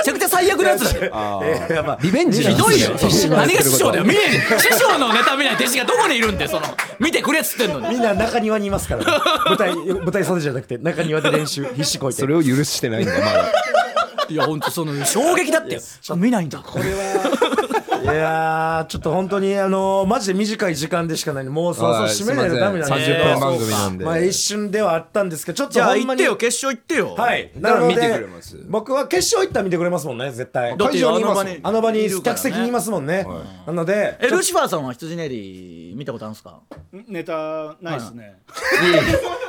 Speaker 3: めちゃくちゃ最悪なやつだよ
Speaker 2: やっぱ
Speaker 1: リベンジなん
Speaker 3: ひど
Speaker 1: で
Speaker 3: い
Speaker 1: す
Speaker 3: よ。何が師匠だよ。
Speaker 1: ね
Speaker 3: 見ねえ師匠のネタ見ない弟子がどこにいるんで、その、見てくれっつってんのに。
Speaker 2: みんな中庭にいますから、ね、舞台舞台袖じゃなくて中庭で練習必死こいて
Speaker 1: それを許してないんだまだ。
Speaker 3: いや、ほんとその、衝撃だってよ。見ないんだ。これは。
Speaker 2: いやーちょっと本当にあのーマジで短い時間でしかないんでもうそろそろ締めないとダメなんで
Speaker 1: 三十
Speaker 3: すいませ
Speaker 1: 分
Speaker 3: ん
Speaker 1: 番組なんで。
Speaker 2: まあ一瞬ではあったんですけどちょっと
Speaker 3: じゃあ
Speaker 2: ほん
Speaker 3: 行
Speaker 2: ま
Speaker 3: っ
Speaker 2: に
Speaker 3: てよ、決勝行ってよ。
Speaker 2: はい
Speaker 1: だか
Speaker 2: な
Speaker 1: ら
Speaker 2: の
Speaker 1: 見てくれ
Speaker 2: で
Speaker 1: ます
Speaker 2: 僕は決勝行ったら見てくれますもんね絶対
Speaker 3: だってあ
Speaker 1: 会場に
Speaker 3: の場
Speaker 1: います
Speaker 3: に。
Speaker 1: も、
Speaker 2: あの場に客席にいますすもんねなので
Speaker 3: え、ルシファーさんは羊ネリ見たことあるんですか
Speaker 4: ネタないですね。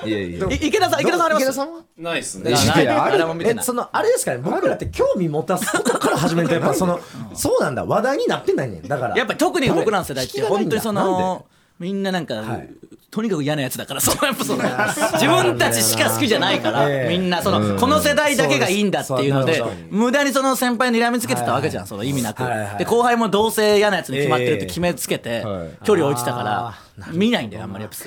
Speaker 1: いやいや。
Speaker 3: い池田さん、池田さんあります
Speaker 2: 池田さんは
Speaker 5: ないっすね。
Speaker 1: いやいやあれ
Speaker 3: 誰も見て
Speaker 2: え
Speaker 3: ない
Speaker 2: そ。のあれですかね僕らって興味持たすことから始めるとやっぱそのそうなんだ話題になってないねんだから
Speaker 3: やっぱり特に僕らの世代って、本当にそ
Speaker 2: なん
Speaker 3: の、みんななんか
Speaker 2: い、
Speaker 3: とにかく嫌なやつだから、そのやっぱその、自分たちしか好きじゃないから、
Speaker 2: ええ
Speaker 3: みんな、その、この世代だけがいいんだっていうので
Speaker 2: そうですそうなるほ、
Speaker 3: 無駄にその先輩に睨みつけてたわけじゃん、その意味なく
Speaker 2: はいはい。
Speaker 3: で、後輩もどうせ嫌なやつに決まってるって決めつけて
Speaker 1: はい、
Speaker 3: 距離を置いてたから、見ないんだよ、あんまりやっぱ。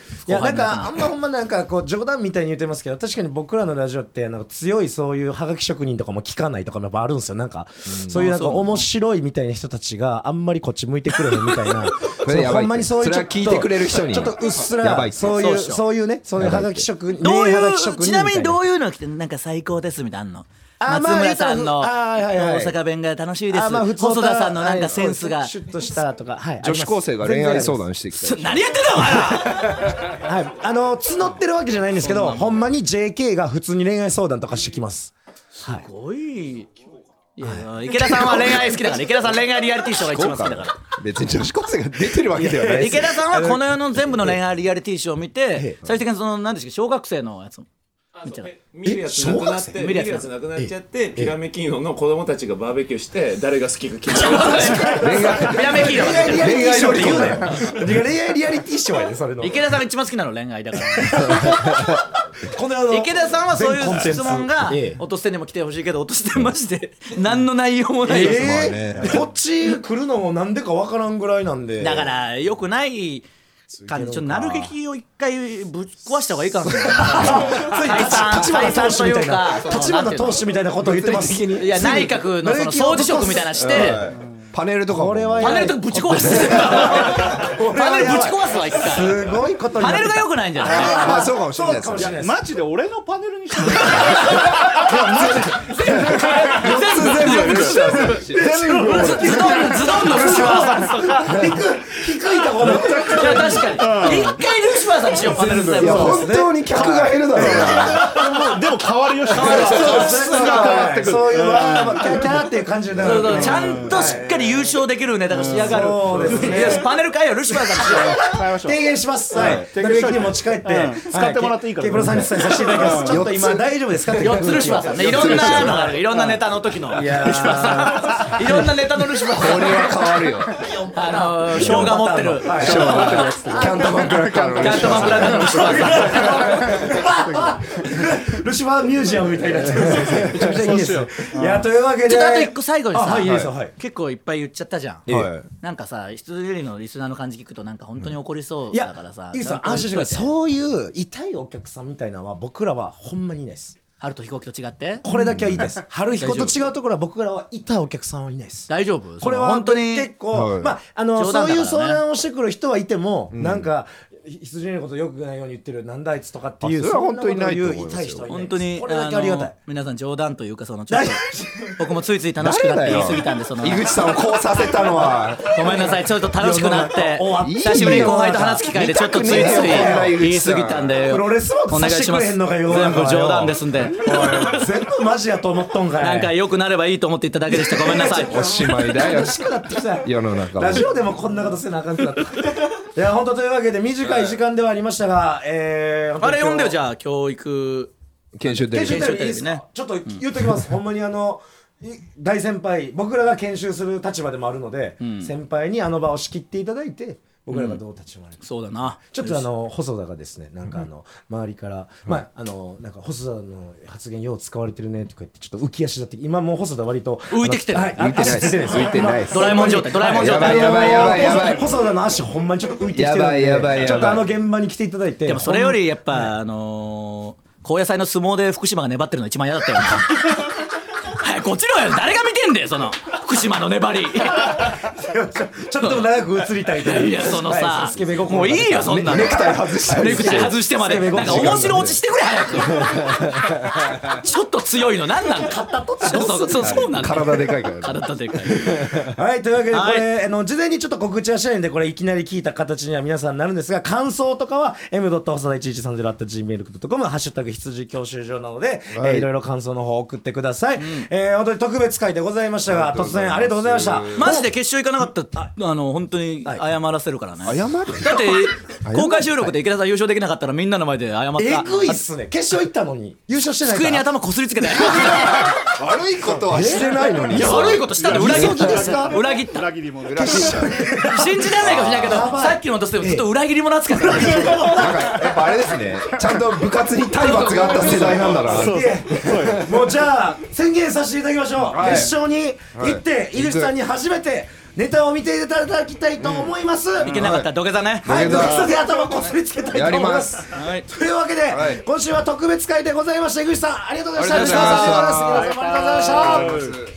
Speaker 2: いやなん
Speaker 3: 後輩の
Speaker 2: かあんまほんまなんかこう冗談みたいに言ってますけど確かに僕らのラジオってなんか強いそういうハガキ職人とかも聞かないとかもやっぱあるんですよなんかそういうなんか面白いみたいな人たちがあんまりこっち向いてくれへんみたいな
Speaker 1: れやばい
Speaker 2: ほんまにそういう
Speaker 1: それは聞いてくれる人に
Speaker 2: ちょっとうっす
Speaker 1: やばい
Speaker 2: ら
Speaker 1: って
Speaker 2: そういう
Speaker 3: そうっしょ
Speaker 2: そういうねそういうハガキ職人
Speaker 3: どう
Speaker 2: ハ
Speaker 3: い
Speaker 2: ガ
Speaker 3: う
Speaker 2: キ職人
Speaker 3: ちなみにど
Speaker 2: いう
Speaker 3: いうのが来てなんか最高ですみたいなの
Speaker 2: あー
Speaker 3: 松村さんの
Speaker 2: まあ言うたらあーはいはい
Speaker 3: 大阪弁が楽しいです
Speaker 2: あまあ普通
Speaker 3: 細田さんのなんかセンス
Speaker 2: は
Speaker 3: が
Speaker 2: いシュッとしたとかはい
Speaker 1: 女子高生が恋愛相
Speaker 2: 談
Speaker 1: 談してきた。
Speaker 3: 何やってんだお前ら
Speaker 2: はい、あの募ってるわけじゃないんですけどほんまに JK が普通に恋愛相談とかしてきます
Speaker 3: すごいいやいや池田さんは恋愛好きだから池田さん恋愛リアリティショーが一番好きだか
Speaker 1: 別に女子高生が出てるわけではない
Speaker 3: ら
Speaker 1: です
Speaker 3: 池。田さんはこの世の全部の恋愛リアリティショーを見て最終的にその何ですか小学生のやつも
Speaker 5: あの
Speaker 3: ちゃう
Speaker 5: え見るやつなくなって、
Speaker 3: え
Speaker 5: 見るやつなくなっちゃって、ピラメキンオの子供たちがバーベキューして、誰が好きか決める。
Speaker 1: 恋愛
Speaker 3: ピラメキーノ
Speaker 2: 恋愛リアリティショーって言うなよ恋愛リアリティショーやでそれの
Speaker 3: 池田さんが一番好きなの恋愛だから
Speaker 2: この世の
Speaker 3: 池田さんはそうい
Speaker 2: 全コ
Speaker 3: う
Speaker 2: ンテン
Speaker 3: 質
Speaker 2: ツ
Speaker 3: 問が
Speaker 2: ええ
Speaker 3: 落としてでも来てほしいけど落としてマジで何の内容もないです
Speaker 2: えーこっち来るのもなんでかわからんぐらいなんで
Speaker 3: だからよくない感じちょっとなる劇を一回ぶっ壊した方がいいかもしれ ない
Speaker 2: 立
Speaker 3: 解
Speaker 2: 花投
Speaker 3: 散
Speaker 2: 手みたいな
Speaker 3: その
Speaker 2: 立花
Speaker 3: んていうの
Speaker 2: 投手みたいなことを言ってます
Speaker 3: いや内閣のその掃除職みたいなして
Speaker 1: パネルとかも。
Speaker 2: これは
Speaker 3: パネルとかぶち壊すパネルぶち壊すわ一 回
Speaker 2: すごいことにな
Speaker 3: パ
Speaker 2: って
Speaker 3: ネルが良くないんじゃない
Speaker 1: まあそうかもしれないです
Speaker 2: そうかもしれないです
Speaker 4: マジで俺のパネルにして
Speaker 3: ズドンズドンのルシファーさんとか
Speaker 2: 低いところ
Speaker 3: いや確かに一回ルシファーさんにしようパネル全
Speaker 1: い
Speaker 3: 部
Speaker 1: や本当に客が減るだろうな。
Speaker 2: でも
Speaker 4: と変わるよし
Speaker 2: 質が変わってくるそういうわーキャーキャーっていう感じにな
Speaker 3: そう
Speaker 2: る
Speaker 3: そうちゃんとしっかり優勝できるネタが仕上がる。
Speaker 2: そうですね
Speaker 3: いやパネル会はルシファーさんですよ
Speaker 4: 変えましょう
Speaker 2: 提言します。はい。なるべくに持ち帰って、はい
Speaker 4: 使ってもらっていいから
Speaker 2: ケケプロさんに伝えさせていただきます。ちょっと今大丈夫ですかって。
Speaker 3: 四つルシファーさんね。いろんなのがある。いろんなネタの時の。い
Speaker 2: やー
Speaker 3: ろんなネタのルシファーさん。
Speaker 1: 俺は変わるよ。
Speaker 3: あのー、生姜持ってる。
Speaker 2: はい。そう
Speaker 1: キャントマンクラッカーの
Speaker 3: キャントマンブラザーのルシファーさ ん。
Speaker 2: ルシファーミュージアムみたいになっちゃいますね。めちゃめちゃいいですね。いやというわけで。
Speaker 3: ちょっとあと一個最後に
Speaker 2: あ
Speaker 3: さ
Speaker 2: はいいいですよはい、
Speaker 3: 結構いっぱい言っちゃったじゃん。
Speaker 1: はい
Speaker 3: なんかさ、羊よりのリスナーの感じ聞くとなんか本当に怒りそう
Speaker 2: い
Speaker 3: だ
Speaker 2: や
Speaker 3: からさ、、
Speaker 2: いいです
Speaker 3: な
Speaker 2: よ
Speaker 3: んか
Speaker 2: 安心してください。そういう痛いお客さんみたいなのは僕らはほんまにいないです。
Speaker 3: 春と飛行機と違って
Speaker 2: これだけはいいです。春彦と違うところは僕らは痛いお客さんはいないです。
Speaker 3: 大丈夫
Speaker 2: これは
Speaker 3: その本当に
Speaker 2: 結構、
Speaker 1: はい
Speaker 2: まああの
Speaker 3: 冗談だ
Speaker 2: そ
Speaker 3: か
Speaker 2: ういう相
Speaker 3: らね
Speaker 2: 談をしてくる人はいても、なんか羊のことよくないように言ってるなんだあいつとかっていう
Speaker 1: あそれは本当にないと思いますよ
Speaker 2: そんなこと言う痛い人はいない
Speaker 3: 本当に
Speaker 2: これだけありがた
Speaker 3: あ
Speaker 2: い
Speaker 3: の。皆さん冗談というかそ のちょっと僕もついつい楽しくなって言い過ぎたんでその
Speaker 1: 井口さんをこうさせたのは。
Speaker 3: ごめんなさいちょっと楽しくなって
Speaker 2: 世の中
Speaker 3: 久しぶりに後輩と話す機会でちょっとついつい言い過ぎたんで
Speaker 2: プロレスも
Speaker 3: お願
Speaker 2: さ
Speaker 3: い
Speaker 2: して
Speaker 3: し
Speaker 2: く
Speaker 3: ま
Speaker 2: れ
Speaker 3: す
Speaker 2: へん
Speaker 3: 全
Speaker 2: の
Speaker 3: 部
Speaker 2: か世の中はよ
Speaker 3: 冗談ですんで
Speaker 2: おい全部マジやと思っとんかい
Speaker 3: なんか良くなればいいと思っていただけでしたごめんな さい
Speaker 1: おしまいだよ
Speaker 2: 楽。しくなってきた
Speaker 1: 世の中は
Speaker 2: ラジオでもこんなことせなあかんくなったいや本当というわけで短い時間ではありましたが、えー、
Speaker 3: あれ読んでよじ
Speaker 2: ゃ
Speaker 3: ゃあ教育
Speaker 1: 研修テレ
Speaker 2: 研
Speaker 1: ビ
Speaker 2: 修テレビいいですか、
Speaker 3: 研修テレビね
Speaker 2: ちょっと言っときます、ほんまにあのい大先輩僕らが研修する立場でもあるので、先輩にあの場を仕切っていただいて僕らがどう立ち回るか、
Speaker 3: そうだな
Speaker 2: ちょっとあの細田がですねなんかあの周りから、まああのなんか細田の発言よう使われてるねとか言ってちょっと浮き足立って今もう細田割と
Speaker 3: 浮いてきてる
Speaker 2: あのはいあ
Speaker 1: 浮いてない
Speaker 2: 足つてるんですよ
Speaker 1: 浮いてないです
Speaker 3: ドラえもん状態ドラえもん状
Speaker 1: やば
Speaker 3: 態
Speaker 1: いやばいやばいやばい。
Speaker 2: 細田の足ほんまにちょっと浮いてきてるん
Speaker 1: やば
Speaker 2: で
Speaker 1: いやばいやばい
Speaker 2: ちょっとあの現場に来ていただいて
Speaker 3: でもそれよりやっぱあのー高野菜の相撲で福島が粘ってるの一番嫌だ ったよ早く落ちろよ誰が見てんだよその福島の粘り
Speaker 2: ちょっとでも長く映りたいとう
Speaker 3: いやそのさ、
Speaker 2: はいスケベ心
Speaker 3: もういいよそんなの
Speaker 1: ネクタイ外した
Speaker 3: レクタイ外してまで、
Speaker 2: スケベ
Speaker 3: な
Speaker 2: ゴ
Speaker 3: ん
Speaker 2: ン
Speaker 3: か面白落ちしてくれ、早く。ちょっと強いの、なんなん、買ったとそうそう、そう、そうなんだ。
Speaker 1: 体でかいからね
Speaker 3: 体でかい。
Speaker 2: はい、というわけで、こ
Speaker 3: はい
Speaker 2: れ、あの、事前にちょっと告知はしないんで、これ、いきなり聞いた形には皆さんなるんですが、感想とかは、m. 細田1130 at gmail.com、ハッシュタグ羊教習所なので、
Speaker 1: はい
Speaker 2: いえーいろいろ感想の方送ってください。えー本当に特別会でございましたが、突然ありがとうございました。
Speaker 3: マジで決勝行かなかったら、あの、本当に謝らせるからね。
Speaker 1: 謝る
Speaker 3: だって、公開収録で池田さん優勝できなかったら、みんなの前で謝った。
Speaker 2: えぐいっすね。決勝行ったのに、優勝してないから。
Speaker 3: 机に頭こすりつけて。
Speaker 1: 悪いことはしてないのに
Speaker 3: いや、悪いことしたんだ、裏切った。裏切った。
Speaker 4: 裏切り者
Speaker 3: 信じられないかもしれないけど、さっきのとしても、ずっと裏切り者扱いされて
Speaker 1: なん
Speaker 3: る。
Speaker 1: かやっぱあれですねちゃんと部活に体罰があった世代なんだな
Speaker 4: そうそうよ
Speaker 2: もうじゃあ宣言させていただきましょう、
Speaker 1: はい
Speaker 2: 決勝に行って、
Speaker 1: はい
Speaker 2: 井口さんに初めてネタを見ていただきたいと思います、
Speaker 3: いけなかった、土下座ね。
Speaker 2: はい、
Speaker 1: 土
Speaker 2: 土
Speaker 1: 下座
Speaker 2: 下座で頭こすりつけたいと思います
Speaker 1: やります
Speaker 3: はい。
Speaker 2: というわけで、
Speaker 1: はい
Speaker 2: 今週は特別会でございました井口さんありがとうございました
Speaker 1: ありがとうございました
Speaker 2: 西川さんありがとうございました